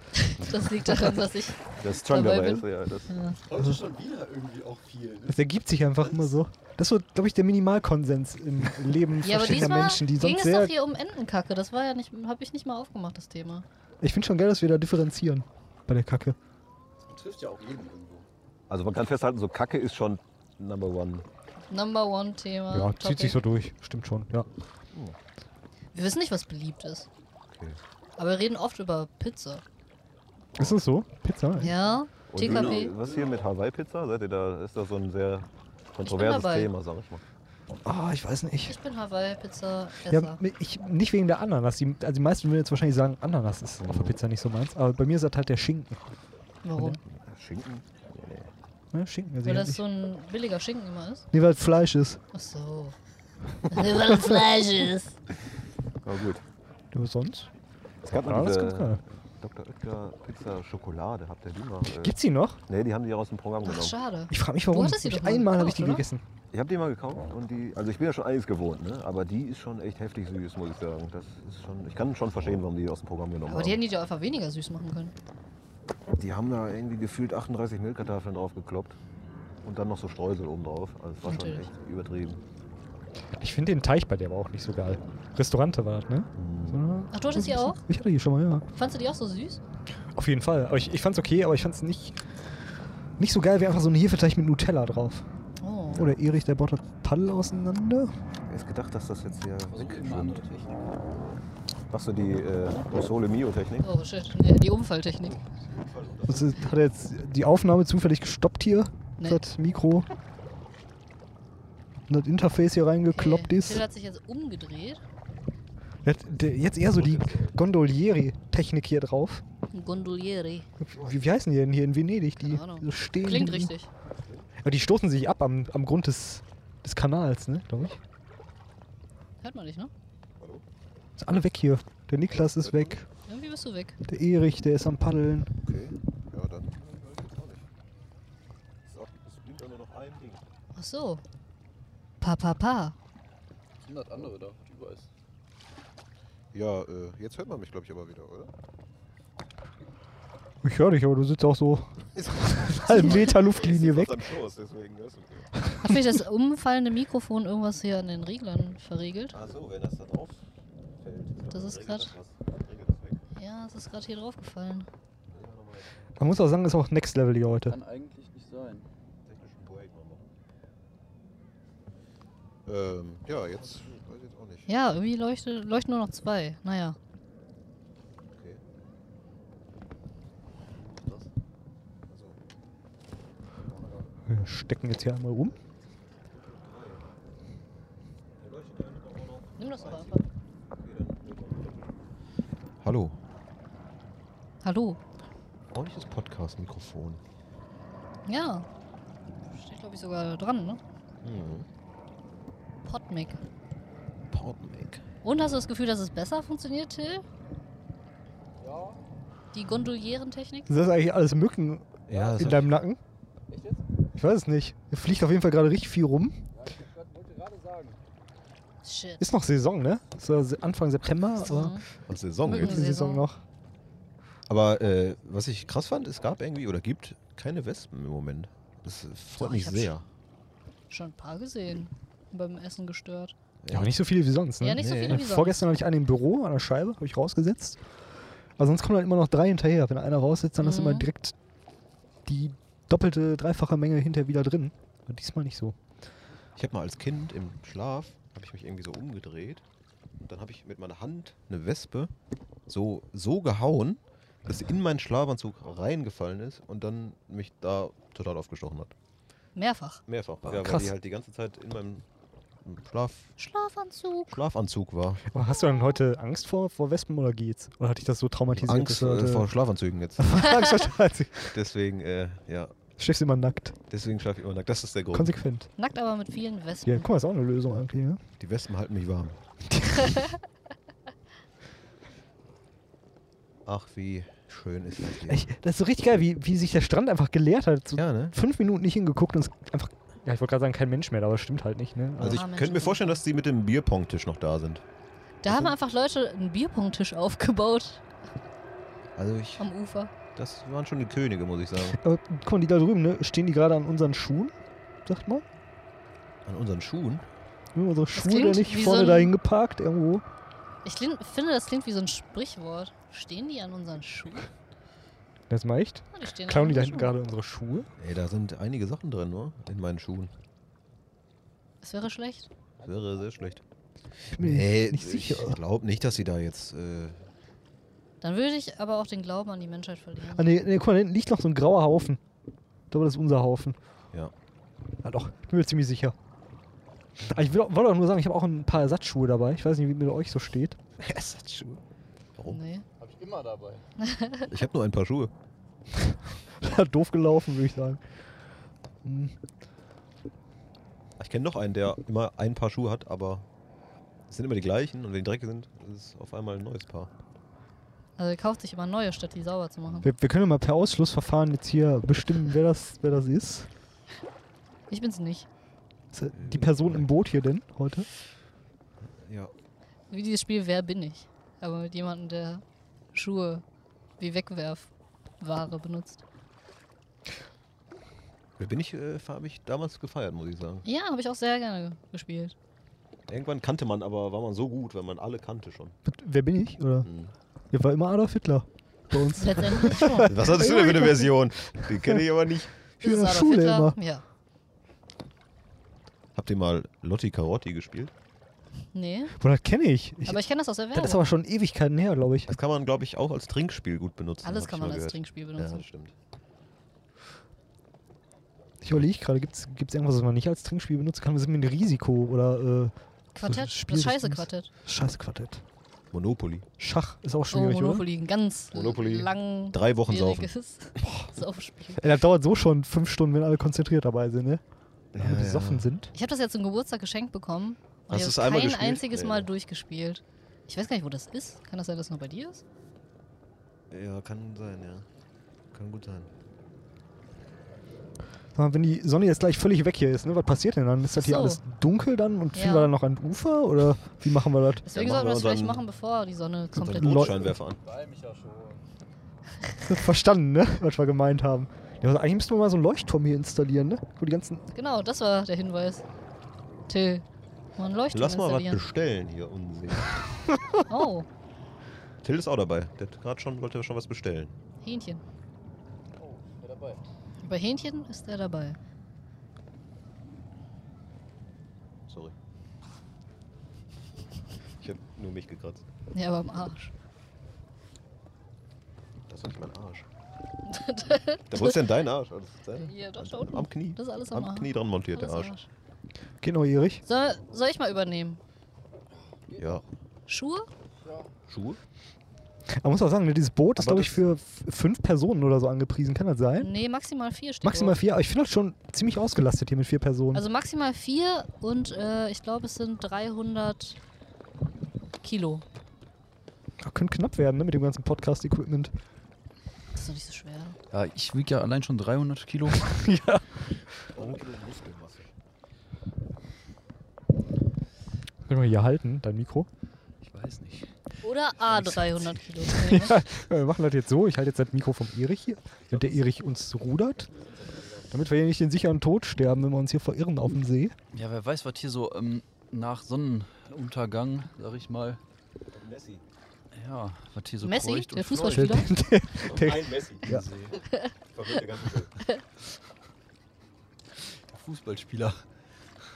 [SPEAKER 4] Das liegt daran, dass ich.
[SPEAKER 5] Das ist schon
[SPEAKER 4] Dabei
[SPEAKER 5] dabei,
[SPEAKER 4] bin-
[SPEAKER 5] ist, ja. Das,
[SPEAKER 2] Heute schon wieder irgendwie auch viel. ne?
[SPEAKER 3] Das ergibt sich einfach immer so. Das wird, glaube ich, der Minimalkonsens im Leben
[SPEAKER 4] Ja,
[SPEAKER 3] verschiedener
[SPEAKER 4] aber diesmal
[SPEAKER 3] Menschen, die
[SPEAKER 4] ging
[SPEAKER 3] sonst
[SPEAKER 4] es doch
[SPEAKER 3] sehr.
[SPEAKER 4] hier um Entenkacke. Das war ja nicht, habe ich nicht mal aufgemacht, das Thema.
[SPEAKER 3] Ich finde schon geil, dass wir da differenzieren bei der Kacke.
[SPEAKER 2] Trifft ja auch jeden irgendwo.
[SPEAKER 5] also man kann festhalten, so Kacke ist schon Number One.
[SPEAKER 4] Number one Thema.
[SPEAKER 3] Ja, zieht
[SPEAKER 4] Topic.
[SPEAKER 3] sich so durch. Stimmt schon, ja.
[SPEAKER 4] Wir wissen nicht, was beliebt ist.
[SPEAKER 5] Okay.
[SPEAKER 4] Aber wir reden oft über Pizza.
[SPEAKER 3] Ist das so? Pizza?
[SPEAKER 4] Ja,
[SPEAKER 5] Und
[SPEAKER 4] TKP.
[SPEAKER 5] Döner. was hier mit Hawaii-Pizza? Seid ihr da? Ist das so ein sehr kontroverses
[SPEAKER 4] dabei.
[SPEAKER 5] Thema, sag ich mal.
[SPEAKER 3] Ah, ich weiß nicht.
[SPEAKER 4] Ich bin Hawaii-Pizza-Esser.
[SPEAKER 3] Ja, ich, nicht wegen der Ananas. Die, also die meisten würden jetzt wahrscheinlich sagen, Ananas ist auf der Pizza nicht so meins. Aber bei mir ist das halt der Schinken.
[SPEAKER 4] Warum?
[SPEAKER 5] Schinken? Nee, nee.
[SPEAKER 3] Ne? Schinken, also
[SPEAKER 4] Weil
[SPEAKER 3] ich
[SPEAKER 4] das
[SPEAKER 3] nicht.
[SPEAKER 4] so ein billiger Schinken immer ist?
[SPEAKER 3] Nee, weil es Fleisch ist.
[SPEAKER 4] Ach so. Weil das Fleisch ist.
[SPEAKER 5] Na gut.
[SPEAKER 3] Ja, sonst?
[SPEAKER 5] Es gab
[SPEAKER 3] Ja, äh,
[SPEAKER 5] mal
[SPEAKER 3] das
[SPEAKER 5] diese
[SPEAKER 3] ist ganz geil.
[SPEAKER 5] Dr. Oetker Pizza Schokolade. Habt ihr die mal? Äh,
[SPEAKER 3] Gibt's die noch?
[SPEAKER 5] nee, die haben die aus dem Programm
[SPEAKER 4] Ach,
[SPEAKER 5] genommen.
[SPEAKER 4] schade.
[SPEAKER 3] Oh, Ich frage mich,
[SPEAKER 4] Du
[SPEAKER 3] warum.
[SPEAKER 4] hattest die
[SPEAKER 3] Ich-
[SPEAKER 4] doch mal
[SPEAKER 3] Einmal habe ich die
[SPEAKER 4] gekauft, oder?
[SPEAKER 3] gegessen.
[SPEAKER 5] Ich habe die mal gekauft und die, also ich bin ja schon einiges gewohnt, ne? aber die ist schon echt heftig süß, muss ich sagen. Das ist schon, ich kann schon verstehen, warum die aus dem Programm genommen
[SPEAKER 4] Aber die
[SPEAKER 5] haben.
[SPEAKER 4] hätten die doch einfach weniger süß machen können.
[SPEAKER 5] Die haben da irgendwie gefühlt 38 Milchkartoffeln drauf gekloppt und dann noch so Streusel oben drauf. Also das war schon
[SPEAKER 4] Natürlich.
[SPEAKER 5] echt übertrieben.
[SPEAKER 3] Ich finde den Teig bei der aber auch nicht so geil. Restaurante war das, ne?
[SPEAKER 5] Hm.
[SPEAKER 3] So,
[SPEAKER 4] Ach, du hattest die auch?
[SPEAKER 3] Ich hatte die schon mal, ja.
[SPEAKER 4] Fandst du die auch so süß?
[SPEAKER 3] Auf jeden Fall. Aber ich, ich fand's okay, aber ich fand's nicht, nicht so geil wie einfach so ein Hefeteig mit Nutella drauf.
[SPEAKER 4] Oh.
[SPEAKER 3] Oder Erich, der baut das Paddel auseinander.
[SPEAKER 5] Wer hätte gedacht, dass das jetzt hier
[SPEAKER 2] Immer andere
[SPEAKER 5] schwimmt?
[SPEAKER 2] Technik.
[SPEAKER 5] Machst du die äh, Rosole Mio-Technik?
[SPEAKER 4] Oh shit, nee, die Umfalltechnik.
[SPEAKER 3] Das ist, hat er jetzt die Aufnahme zufällig gestoppt hier.
[SPEAKER 4] Nee.
[SPEAKER 3] Das Mikro. Und das Interface hier reingekloppt
[SPEAKER 4] Okay,
[SPEAKER 3] ist.
[SPEAKER 4] Phil hat sich jetzt umgedreht.
[SPEAKER 3] Der, der, jetzt eher so die Gondolieri-Technik hier drauf.
[SPEAKER 4] Ein Gondolieri.
[SPEAKER 3] Wie, wie heißen die denn hier in Venedig? Die
[SPEAKER 4] Keine Ahnung.
[SPEAKER 3] so stehen.
[SPEAKER 4] Klingt richtig.
[SPEAKER 3] Aber die stoßen sich ab am, am Grund des, des Kanals, ne, glaube ich.
[SPEAKER 4] Hört man dich, ne?
[SPEAKER 3] Ist alle weg hier. Der Niklas ist weg.
[SPEAKER 4] Irgendwie bist du weg.
[SPEAKER 3] Der Erich, der ist am Paddeln.
[SPEAKER 5] Okay, ja dann. Ist auch, es blieb ja nur noch einem Ding.
[SPEAKER 4] Ach so. Pa, pa, pa.
[SPEAKER 2] 100 andere da, was über ist.
[SPEAKER 6] Ja, äh, jetzt hört man mich, glaube ich, aber wieder, oder?
[SPEAKER 3] Ich höre dich, aber du sitzt auch so
[SPEAKER 6] Ist
[SPEAKER 3] halben Meter Luftlinie weg.
[SPEAKER 6] am Schoß, deswegen. Das ist okay.
[SPEAKER 4] Hat vielleicht das umfallende Mikrofon irgendwas hier an den Reglern verriegelt?
[SPEAKER 5] Ach so, wenn das da drauf fällt.
[SPEAKER 4] Das ist
[SPEAKER 5] regelt
[SPEAKER 4] grad-
[SPEAKER 5] das was. Regelt das weg.
[SPEAKER 4] Ja, es ist gerade hier draufgefallen.
[SPEAKER 3] Man muss auch sagen, ist auch Next Level hier heute.
[SPEAKER 2] eigentlich nicht sein.
[SPEAKER 5] Technischen Break mal machen.
[SPEAKER 6] Ähm, ja, jetzt weiß ich jetzt auch nicht.
[SPEAKER 4] Ja, irgendwie leuchte, leuchten nur noch zwei. Naja.
[SPEAKER 5] Okay.
[SPEAKER 3] Wir stecken jetzt hier einmal um.
[SPEAKER 4] Nimm das doch einfach.
[SPEAKER 5] Hallo.
[SPEAKER 4] Hallo.
[SPEAKER 5] Ordentliches Podcast-Mikrofon.
[SPEAKER 4] Ja. Steht, glaube ich, sogar dran, ne?
[SPEAKER 5] Mhm.
[SPEAKER 4] Podmic.
[SPEAKER 5] Portmac.
[SPEAKER 4] Und hast du das Gefühl, dass es besser funktioniert, Till? Ja. Die Gondolierentechnik?
[SPEAKER 3] Sind das eigentlich alles Mücken
[SPEAKER 5] Ja,
[SPEAKER 3] in deinem Nacken? Ich weiß es nicht. Hier fliegt auf jeden Fall gerade richtig viel rum.
[SPEAKER 4] Shit. Mhm.
[SPEAKER 3] Ist noch Saison, ne? So se- Anfang September, aber
[SPEAKER 5] Und Saison
[SPEAKER 4] Wirklich?
[SPEAKER 5] jetzt.
[SPEAKER 3] die Saison
[SPEAKER 4] Saison.
[SPEAKER 3] noch.
[SPEAKER 5] Aber äh, was ich krass fand, es gab irgendwie oder gibt keine Wespen im Moment. Das äh, freut
[SPEAKER 4] Doch,
[SPEAKER 5] mich
[SPEAKER 4] ich hab
[SPEAKER 5] sehr.
[SPEAKER 4] Schon ein paar gesehen. Beim Essen gestört.
[SPEAKER 3] Ja, aber nicht so viele wie sonst, ne?
[SPEAKER 4] Ja, nicht so
[SPEAKER 5] Nee.
[SPEAKER 4] viele wie sonst.
[SPEAKER 3] Vorgestern habe ich einen im Büro an der Scheibe, habe ich rausgesetzt. Aber sonst kommen dann immer noch drei hinterher. Wenn einer raussetzt, dann ist
[SPEAKER 4] Mhm.
[SPEAKER 3] immer direkt die doppelte, dreifache Menge hinterher wieder drin. Aber diesmal nicht so.
[SPEAKER 5] Ich habe mal als Kind im Schlaf, habe ich mich irgendwie so umgedreht. Und dann habe ich mit meiner Hand eine Wespe so, so gehauen, dass sie in meinen Schlafanzug reingefallen ist und dann mich da total aufgestochen hat.
[SPEAKER 4] Mehrfach.
[SPEAKER 5] Mehrfach.
[SPEAKER 3] Boah,
[SPEAKER 5] ja, weil
[SPEAKER 3] krass.
[SPEAKER 5] die halt die ganze Zeit in meinem Schlaf,
[SPEAKER 4] Schlafanzug.
[SPEAKER 5] Schlafanzug war.
[SPEAKER 3] Aber hast du dann heute Angst vor, vor Wespen oder geht's? Oder hat dich das so traumatisiert?
[SPEAKER 5] Angst
[SPEAKER 3] dass du
[SPEAKER 5] äh,
[SPEAKER 3] heute-
[SPEAKER 5] vor Schlafanzügen jetzt.
[SPEAKER 3] Angst vor Scheiße.
[SPEAKER 5] Deswegen, äh, ja,
[SPEAKER 3] Schläfst immer nackt.
[SPEAKER 5] deswegen schlafe ich immer nackt. Das ist der Grund.
[SPEAKER 3] Konsequent.
[SPEAKER 4] Nackt aber mit vielen Wespen.
[SPEAKER 3] Ja, guck mal, ist auch eine Lösung eigentlich, ne?
[SPEAKER 5] Die Wespen halten mich warm. Ach, wie schön ist das hier.
[SPEAKER 3] Echt, das ist so richtig geil, wie, wie sich der Strand einfach geleert hat. So
[SPEAKER 5] Ja, ne?
[SPEAKER 3] Fünf Minuten nicht hingeguckt und es einfach. Ja, ich wollte gerade sagen, kein Mensch mehr, aber es stimmt halt nicht, ne?
[SPEAKER 5] Also ich
[SPEAKER 4] Ah, Mensch,
[SPEAKER 5] könnte mir
[SPEAKER 4] ja.
[SPEAKER 5] vorstellen, dass die mit dem Bierpong-Tisch noch da sind.
[SPEAKER 4] Da haben einfach Leute einen Bierpunkttisch aufgebaut
[SPEAKER 5] Also ich,
[SPEAKER 4] am Ufer.
[SPEAKER 5] das waren schon die Könige, muss ich sagen.
[SPEAKER 3] Aber guck mal, die da drüben, ne? Stehen die gerade an unseren Schuhen? Sagt mal.
[SPEAKER 5] An unseren Schuhen.
[SPEAKER 3] Nur unsere Schuhe da
[SPEAKER 4] klingt
[SPEAKER 3] nicht
[SPEAKER 4] wie
[SPEAKER 3] vorne
[SPEAKER 4] so ein-
[SPEAKER 3] dahin geparkt irgendwo.
[SPEAKER 4] Ich klin- finde, das klingt wie so ein Sprichwort. Stehen die an unseren Schuhen?
[SPEAKER 3] Das mal echt?
[SPEAKER 4] Ja, die stehen an
[SPEAKER 3] Klauen die da
[SPEAKER 4] unseren
[SPEAKER 3] hinten
[SPEAKER 4] Schuhen.
[SPEAKER 3] gerade unsere Schuhe?
[SPEAKER 5] Ey, da sind einige Sachen drin, ne? In meinen Schuhen.
[SPEAKER 4] Es wäre schlecht.
[SPEAKER 5] Das wäre sehr schlecht.
[SPEAKER 3] Ich bin mir nicht sicher.
[SPEAKER 5] ich glaube nicht, dass sie da jetzt... Äh,
[SPEAKER 4] Dann würde ich aber auch den Glauben an die Menschheit verlieren.
[SPEAKER 3] Ah, nee, nee, guck mal, da hinten liegt noch so ein grauer Haufen. Ich glaube, das ist unser Haufen.
[SPEAKER 5] ja.
[SPEAKER 3] Ja doch, ich bin mir ziemlich sicher. Aber ich will, auch- wollte auch nur sagen, ich habe auch ein paar Ersatzschuhe dabei. Ich weiß nicht, wie mir euch so steht.
[SPEAKER 5] Ersatzschuhe. Warum?
[SPEAKER 4] Nee.
[SPEAKER 2] Hab ich immer dabei.
[SPEAKER 5] Ich habe nur ein paar Schuhe.
[SPEAKER 3] Doof gelaufen, würde ich sagen. Hm.
[SPEAKER 5] Ich kenne noch einen, der immer ein paar Schuhe hat, aber es sind immer die gleichen und wenn die dreckig sind, ist es auf einmal ein neues Paar.
[SPEAKER 4] Also er kauft sich immer neue, statt die sauber zu machen.
[SPEAKER 3] Wir, wir können ja mal per Ausschlussverfahren jetzt hier bestimmen, wer das, wer das ist.
[SPEAKER 4] Ich bin's nicht.
[SPEAKER 3] ist äh, die Person im Boot hier denn heute?
[SPEAKER 5] Ja.
[SPEAKER 4] Wie dieses Spiel Wer bin ich? Aber mit jemandem, der Schuhe wie Wegwerfware benutzt.
[SPEAKER 5] Da bin ich, äh, habe ich damals gefeiert, muss ich sagen.
[SPEAKER 4] Ja, habe ich auch sehr gerne gespielt.
[SPEAKER 5] Irgendwann kannte man, aber war man so gut, weil man alle kannte schon.
[SPEAKER 3] Wer bin ich? Oder?
[SPEAKER 4] Hm.
[SPEAKER 3] Hier war immer Adolf Hitler bei uns.
[SPEAKER 4] Letztendlich schon.
[SPEAKER 5] Was hattest du denn für eine Version? Die kenne ich aber nicht.
[SPEAKER 3] Hier
[SPEAKER 4] Ist
[SPEAKER 3] in der
[SPEAKER 4] Adolf
[SPEAKER 3] Schule
[SPEAKER 4] Hitler?
[SPEAKER 3] immer.
[SPEAKER 4] Ja.
[SPEAKER 5] Habt ihr mal Lotti Carotti gespielt?
[SPEAKER 4] Nee.
[SPEAKER 3] Oder kenne ich. ich
[SPEAKER 4] Aber ich kenne das aus der
[SPEAKER 3] das ist
[SPEAKER 4] Werbung.
[SPEAKER 3] aber schon Ewigkeiten her, glaube ich.
[SPEAKER 5] Das kann man, glaube ich, auch als Trinkspiel gut benutzen.
[SPEAKER 4] Alles
[SPEAKER 5] hab
[SPEAKER 4] kann
[SPEAKER 5] ich
[SPEAKER 4] man
[SPEAKER 5] mal
[SPEAKER 4] als
[SPEAKER 5] gehört.
[SPEAKER 4] Trinkspiel
[SPEAKER 5] Ja,
[SPEAKER 4] benutzen.
[SPEAKER 5] das stimmt.
[SPEAKER 3] Ich überlege gerade, gibt es irgendwas, was man nicht als Trinkspiel benutzen kann? Wir sind mit Risiko oder äh,
[SPEAKER 4] Quartett, das,
[SPEAKER 3] Spiel des
[SPEAKER 4] scheiße
[SPEAKER 3] Lebens.
[SPEAKER 4] Quartett.
[SPEAKER 3] äh, Scheißquartett.
[SPEAKER 5] Monopoly.
[SPEAKER 3] Schach ist auch
[SPEAKER 4] Oh,
[SPEAKER 3] schwierig, oder?
[SPEAKER 4] Monopoly, ein ganz
[SPEAKER 5] Monopoly.
[SPEAKER 4] lang
[SPEAKER 5] Drei Wochen saufen.
[SPEAKER 4] Saufspiel.
[SPEAKER 3] Ey, das dauert so schon fünf Stunden, wenn alle konzentriert dabei sind, ne? Alle
[SPEAKER 5] Ja, ja.
[SPEAKER 3] besoffen sind.
[SPEAKER 4] Ich habe das ja zum Geburtstag geschenkt bekommen und
[SPEAKER 5] Hast
[SPEAKER 4] ich
[SPEAKER 5] du's
[SPEAKER 4] habe
[SPEAKER 5] einmal
[SPEAKER 4] kein
[SPEAKER 5] gespielt?
[SPEAKER 4] einziges
[SPEAKER 5] Nee,
[SPEAKER 4] Mal
[SPEAKER 5] ne?
[SPEAKER 4] durchgespielt. Ich weiß gar nicht, wo das ist. Kann das sein, dass es nur bei dir ist?
[SPEAKER 5] Ja, kann sein, ja. Kann gut sein.
[SPEAKER 3] Sag mal, Wenn die Sonne jetzt gleich völlig weg hier ist, ne, was passiert denn dann? Ist das hier
[SPEAKER 4] So.
[SPEAKER 3] alles dunkel dann und finden
[SPEAKER 4] Ja.
[SPEAKER 3] wir dann noch an Ufer oder wie machen wir das?
[SPEAKER 4] Deswegen sollten wir
[SPEAKER 5] Ja, machen wir
[SPEAKER 4] das vielleicht
[SPEAKER 5] unseren-
[SPEAKER 4] machen, bevor die Sonne komplett
[SPEAKER 3] Leu-
[SPEAKER 5] Notscheinwerfer an.
[SPEAKER 3] Verstanden, ne? Was wir gemeint haben. Ja, also eigentlich müssen wir mal so einen Leuchtturm hier installieren, ne? Wo die ganzen.
[SPEAKER 4] Genau, das war der Hinweis. Till, mal einen Leuchtturm
[SPEAKER 5] Lass mal was
[SPEAKER 4] installieren.
[SPEAKER 5] bestellen hier unten.
[SPEAKER 4] oh,
[SPEAKER 5] Till ist auch dabei. Der hat gerade schon, wollte schon was bestellen.
[SPEAKER 4] Hähnchen. Bei Hähnchen ist er dabei.
[SPEAKER 5] Sorry. Ich habe nur mich gekratzt.
[SPEAKER 4] Nee, aber am Arsch.
[SPEAKER 5] Das ist nicht mein Arsch. da, wo ist denn dein Arsch? Oh, Das ist sein?
[SPEAKER 4] Ja, doch, da unten.
[SPEAKER 5] Am Knie.
[SPEAKER 4] Das ist alles am Arsch.
[SPEAKER 5] Knie dran montiert, der
[SPEAKER 4] Alles
[SPEAKER 5] Arsch.
[SPEAKER 4] am
[SPEAKER 3] Genau, Erich.
[SPEAKER 4] Soll, soll ich mal übernehmen?
[SPEAKER 5] Ja.
[SPEAKER 4] Schuhe?
[SPEAKER 5] Schuhe?
[SPEAKER 3] Man muss auch sagen, ne, dieses Boot ist,
[SPEAKER 5] Aber
[SPEAKER 3] glaube ich,
[SPEAKER 5] das-
[SPEAKER 3] für f- fünf Personen oder so angepriesen. Kann das sein?
[SPEAKER 4] Nee, maximal vier steht
[SPEAKER 3] Maximal
[SPEAKER 4] drauf.
[SPEAKER 3] vier. Aber ich finde das schon ziemlich ausgelastet hier mit vier Personen.
[SPEAKER 4] Also maximal vier und äh, ich glaube, es sind 300 Kilo.
[SPEAKER 3] Das könnte knapp werden, ne? Mit dem ganzen Podcast-Equipment.
[SPEAKER 4] Das ist doch nicht so schwer.
[SPEAKER 2] Ja, ich wiege ja allein schon 300 Kilo.
[SPEAKER 3] Können wir hier halten, dein Mikro?
[SPEAKER 2] Ich weiß nicht.
[SPEAKER 4] Oder A300 Kilo.
[SPEAKER 3] Ja, wir machen das jetzt so. Ich halte jetzt das Mikro vom Erich hier, damit der Erich uns rudert. Damit wir hier nicht den sicheren Tod sterben, wenn wir uns hier verirren auf dem See.
[SPEAKER 2] Ja, wer weiß, was hier so ähm, nach Sonnenuntergang, sag ich mal,
[SPEAKER 5] Messi.
[SPEAKER 2] ja, was hier so
[SPEAKER 4] Messi,
[SPEAKER 2] kreucht
[SPEAKER 4] der
[SPEAKER 2] und fleucht.
[SPEAKER 4] Fußballspieler? Wieder?
[SPEAKER 5] Ein Messi.
[SPEAKER 3] Ja.
[SPEAKER 5] Verwirrt der ganze Welt.
[SPEAKER 2] Fußballspieler.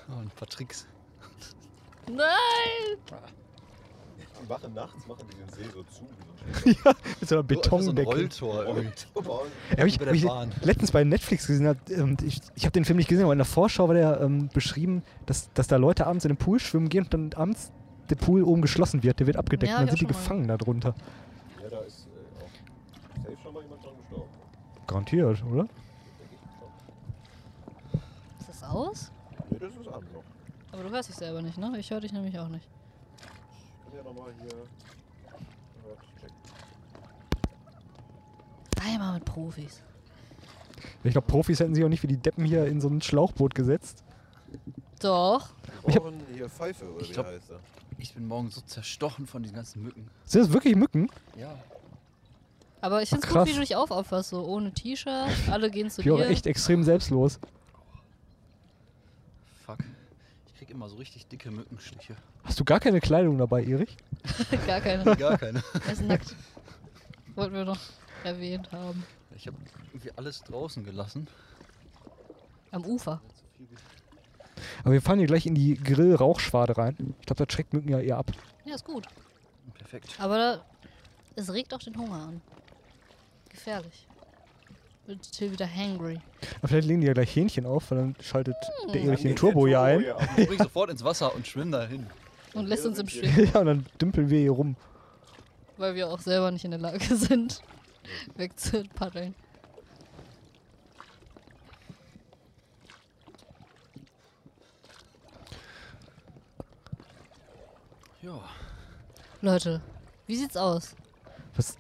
[SPEAKER 2] Oh, ein paar Tricks.
[SPEAKER 4] Nein!
[SPEAKER 5] Die machen nachts, machen die den See so zu.
[SPEAKER 3] Mit so einer
[SPEAKER 2] so ein
[SPEAKER 3] Betondecke.
[SPEAKER 2] Rolltor. irgendwie.
[SPEAKER 3] Ja, hab ich,
[SPEAKER 2] Über
[SPEAKER 3] hab
[SPEAKER 2] der
[SPEAKER 3] ich
[SPEAKER 2] Bahn.
[SPEAKER 3] letztens bei Netflix gesehen hat, ähm, ich, ich habe den Film nicht gesehen, aber in der Vorschau war der ähm, beschrieben, dass, dass da Leute abends in den Pool schwimmen gehen und dann abends der Pool oben geschlossen wird, der wird abgedeckt
[SPEAKER 4] Ja,
[SPEAKER 3] und
[SPEAKER 4] hab
[SPEAKER 3] dann
[SPEAKER 4] ich
[SPEAKER 3] sind die
[SPEAKER 4] auch schon
[SPEAKER 3] gefangen da drunter.
[SPEAKER 5] Ja, da ist äh, auch safe schon mal jemand dran gestorben.
[SPEAKER 3] Garantiert, oder?
[SPEAKER 4] Ist das aus?
[SPEAKER 5] Nee, das ist an noch.
[SPEAKER 4] Aber du hörst dich selber nicht, ne? Ich höre dich nämlich auch nicht.
[SPEAKER 5] Kann ja nochmal hier.
[SPEAKER 4] Einmal mit Profis.
[SPEAKER 3] Ich glaube, Profis hätten sich auch nicht wie die Deppen hier in so ein Schlauchboot gesetzt.
[SPEAKER 4] Doch.
[SPEAKER 6] Wir brauchen hier Pfeife, oder
[SPEAKER 2] Ich
[SPEAKER 6] wie
[SPEAKER 2] glaub-
[SPEAKER 6] heißt er?
[SPEAKER 2] Ich bin morgen so zerstochen von diesen ganzen Mücken.
[SPEAKER 3] Sind das wirklich Mücken?
[SPEAKER 2] Ja.
[SPEAKER 4] Aber ich finde
[SPEAKER 3] Ach,
[SPEAKER 4] es gut, wie
[SPEAKER 3] krass.
[SPEAKER 4] du dich aufopferst. So ohne T-Shirt, alle gehen zu
[SPEAKER 3] Die auch
[SPEAKER 4] dir.
[SPEAKER 3] echt extrem selbstlos.
[SPEAKER 2] Fuck. Ich krieg immer so richtig dicke Mückenstiche.
[SPEAKER 3] Hast du gar keine Kleidung dabei, Erich?
[SPEAKER 4] Gar keine.
[SPEAKER 2] Gar keine.
[SPEAKER 4] Er ist nackt. Wollten wir noch erwähnt haben.
[SPEAKER 2] Ich habe irgendwie alles draußen gelassen.
[SPEAKER 4] Am Ufer.
[SPEAKER 3] Aber wir fahren hier gleich in die Grill-Rauchschwade rein. Ich glaube, da schreckt Mücken ja eher ab.
[SPEAKER 4] Ja, ist gut.
[SPEAKER 2] Perfekt.
[SPEAKER 4] Aber da, es regt auch den Hunger an. Gefährlich. Wird Till wieder hangry.
[SPEAKER 3] Aber vielleicht legen die ja gleich Hähnchen auf, weil dann schaltet
[SPEAKER 4] Hm.
[SPEAKER 3] der Erich den Turbo hier ein.
[SPEAKER 2] Ich spring sofort ins Wasser und schwimm dahin.
[SPEAKER 4] Und lässt uns im Stich,
[SPEAKER 3] Ja, und dann dümpeln wir hier rum.
[SPEAKER 4] weil wir auch selber nicht in der Lage sind, wegzupaddeln.
[SPEAKER 2] Ja.
[SPEAKER 4] Leute, wie sieht's aus?
[SPEAKER 3] Was,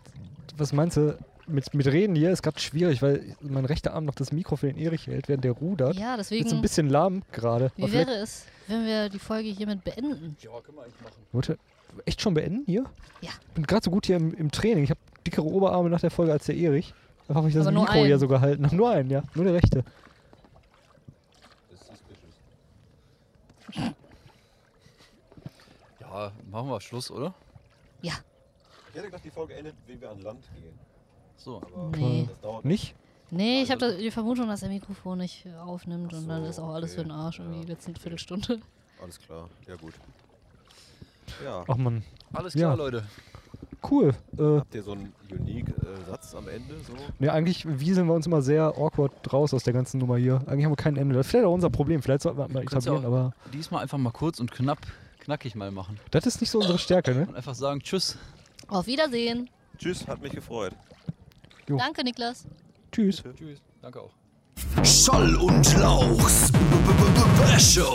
[SPEAKER 3] was meinst du? Mit, mit Reden hier ist gerade schwierig, weil mein rechter Arm noch das Mikro für den Erich hält, während der rudert.
[SPEAKER 4] Ja,
[SPEAKER 3] Ist so ein
[SPEAKER 4] deswegen,
[SPEAKER 3] bisschen lahm gerade. Aber
[SPEAKER 4] wie
[SPEAKER 3] vielleicht-
[SPEAKER 4] wäre es, wenn wir die Folge hiermit beenden?
[SPEAKER 2] Ja, können wir eigentlich machen.
[SPEAKER 3] Leute, echt schon beenden hier?
[SPEAKER 4] Ja.
[SPEAKER 3] Ich bin gerade so gut hier im, im Training. Ich habe dickere Oberarme nach der Folge als der Erich. Einfach weil ich das
[SPEAKER 4] Aber nur
[SPEAKER 3] Mikro hier
[SPEAKER 4] einen.
[SPEAKER 3] so gehalten habe. Nur einen, ja. Nur der rechte.
[SPEAKER 2] Ja, machen wir Schluss, oder?
[SPEAKER 4] Ja,
[SPEAKER 5] Ich hätte gedacht, die Folge endet, wenn wir an Land gehen.
[SPEAKER 2] So.
[SPEAKER 5] Aber
[SPEAKER 4] nee.
[SPEAKER 5] das dauert
[SPEAKER 3] Nicht?
[SPEAKER 4] Nee, ich
[SPEAKER 2] Also-
[SPEAKER 4] habe die Vermutung, dass der Mikrofon nicht aufnimmt und dann ist auch alles
[SPEAKER 6] okay.
[SPEAKER 4] für den Arsch, irgendwie die letzten Viertelstunde.
[SPEAKER 6] Alles klar, ja gut. Ja,
[SPEAKER 3] Ach man,
[SPEAKER 2] Alles
[SPEAKER 3] Ja.
[SPEAKER 2] klar, Leute.
[SPEAKER 3] cool. Äh,
[SPEAKER 5] Habt ihr so einen unique äh, Satz am Ende? So?
[SPEAKER 3] ne, eigentlich wieseln wir uns immer sehr awkward raus aus der ganzen Nummer hier. Eigentlich haben wir kein Ende. Das ist vielleicht auch unser Problem. Vielleicht sollten wir das mal
[SPEAKER 2] Kannst du
[SPEAKER 3] etablieren,
[SPEAKER 2] auch-
[SPEAKER 3] aber
[SPEAKER 2] Diesmal einfach mal kurz und knapp, knackig mal machen.
[SPEAKER 3] das ist nicht so unsere Stärke, ne?
[SPEAKER 2] Und einfach sagen Tschüss.
[SPEAKER 4] Auf Wiedersehen.
[SPEAKER 5] Tschüss, hat mich gefreut.
[SPEAKER 3] Jo.
[SPEAKER 4] Danke, Niklas.
[SPEAKER 3] Tschüss.
[SPEAKER 2] Tschüss. Danke auch.
[SPEAKER 1] Scholl und Lauchs. B -b -b -b Show.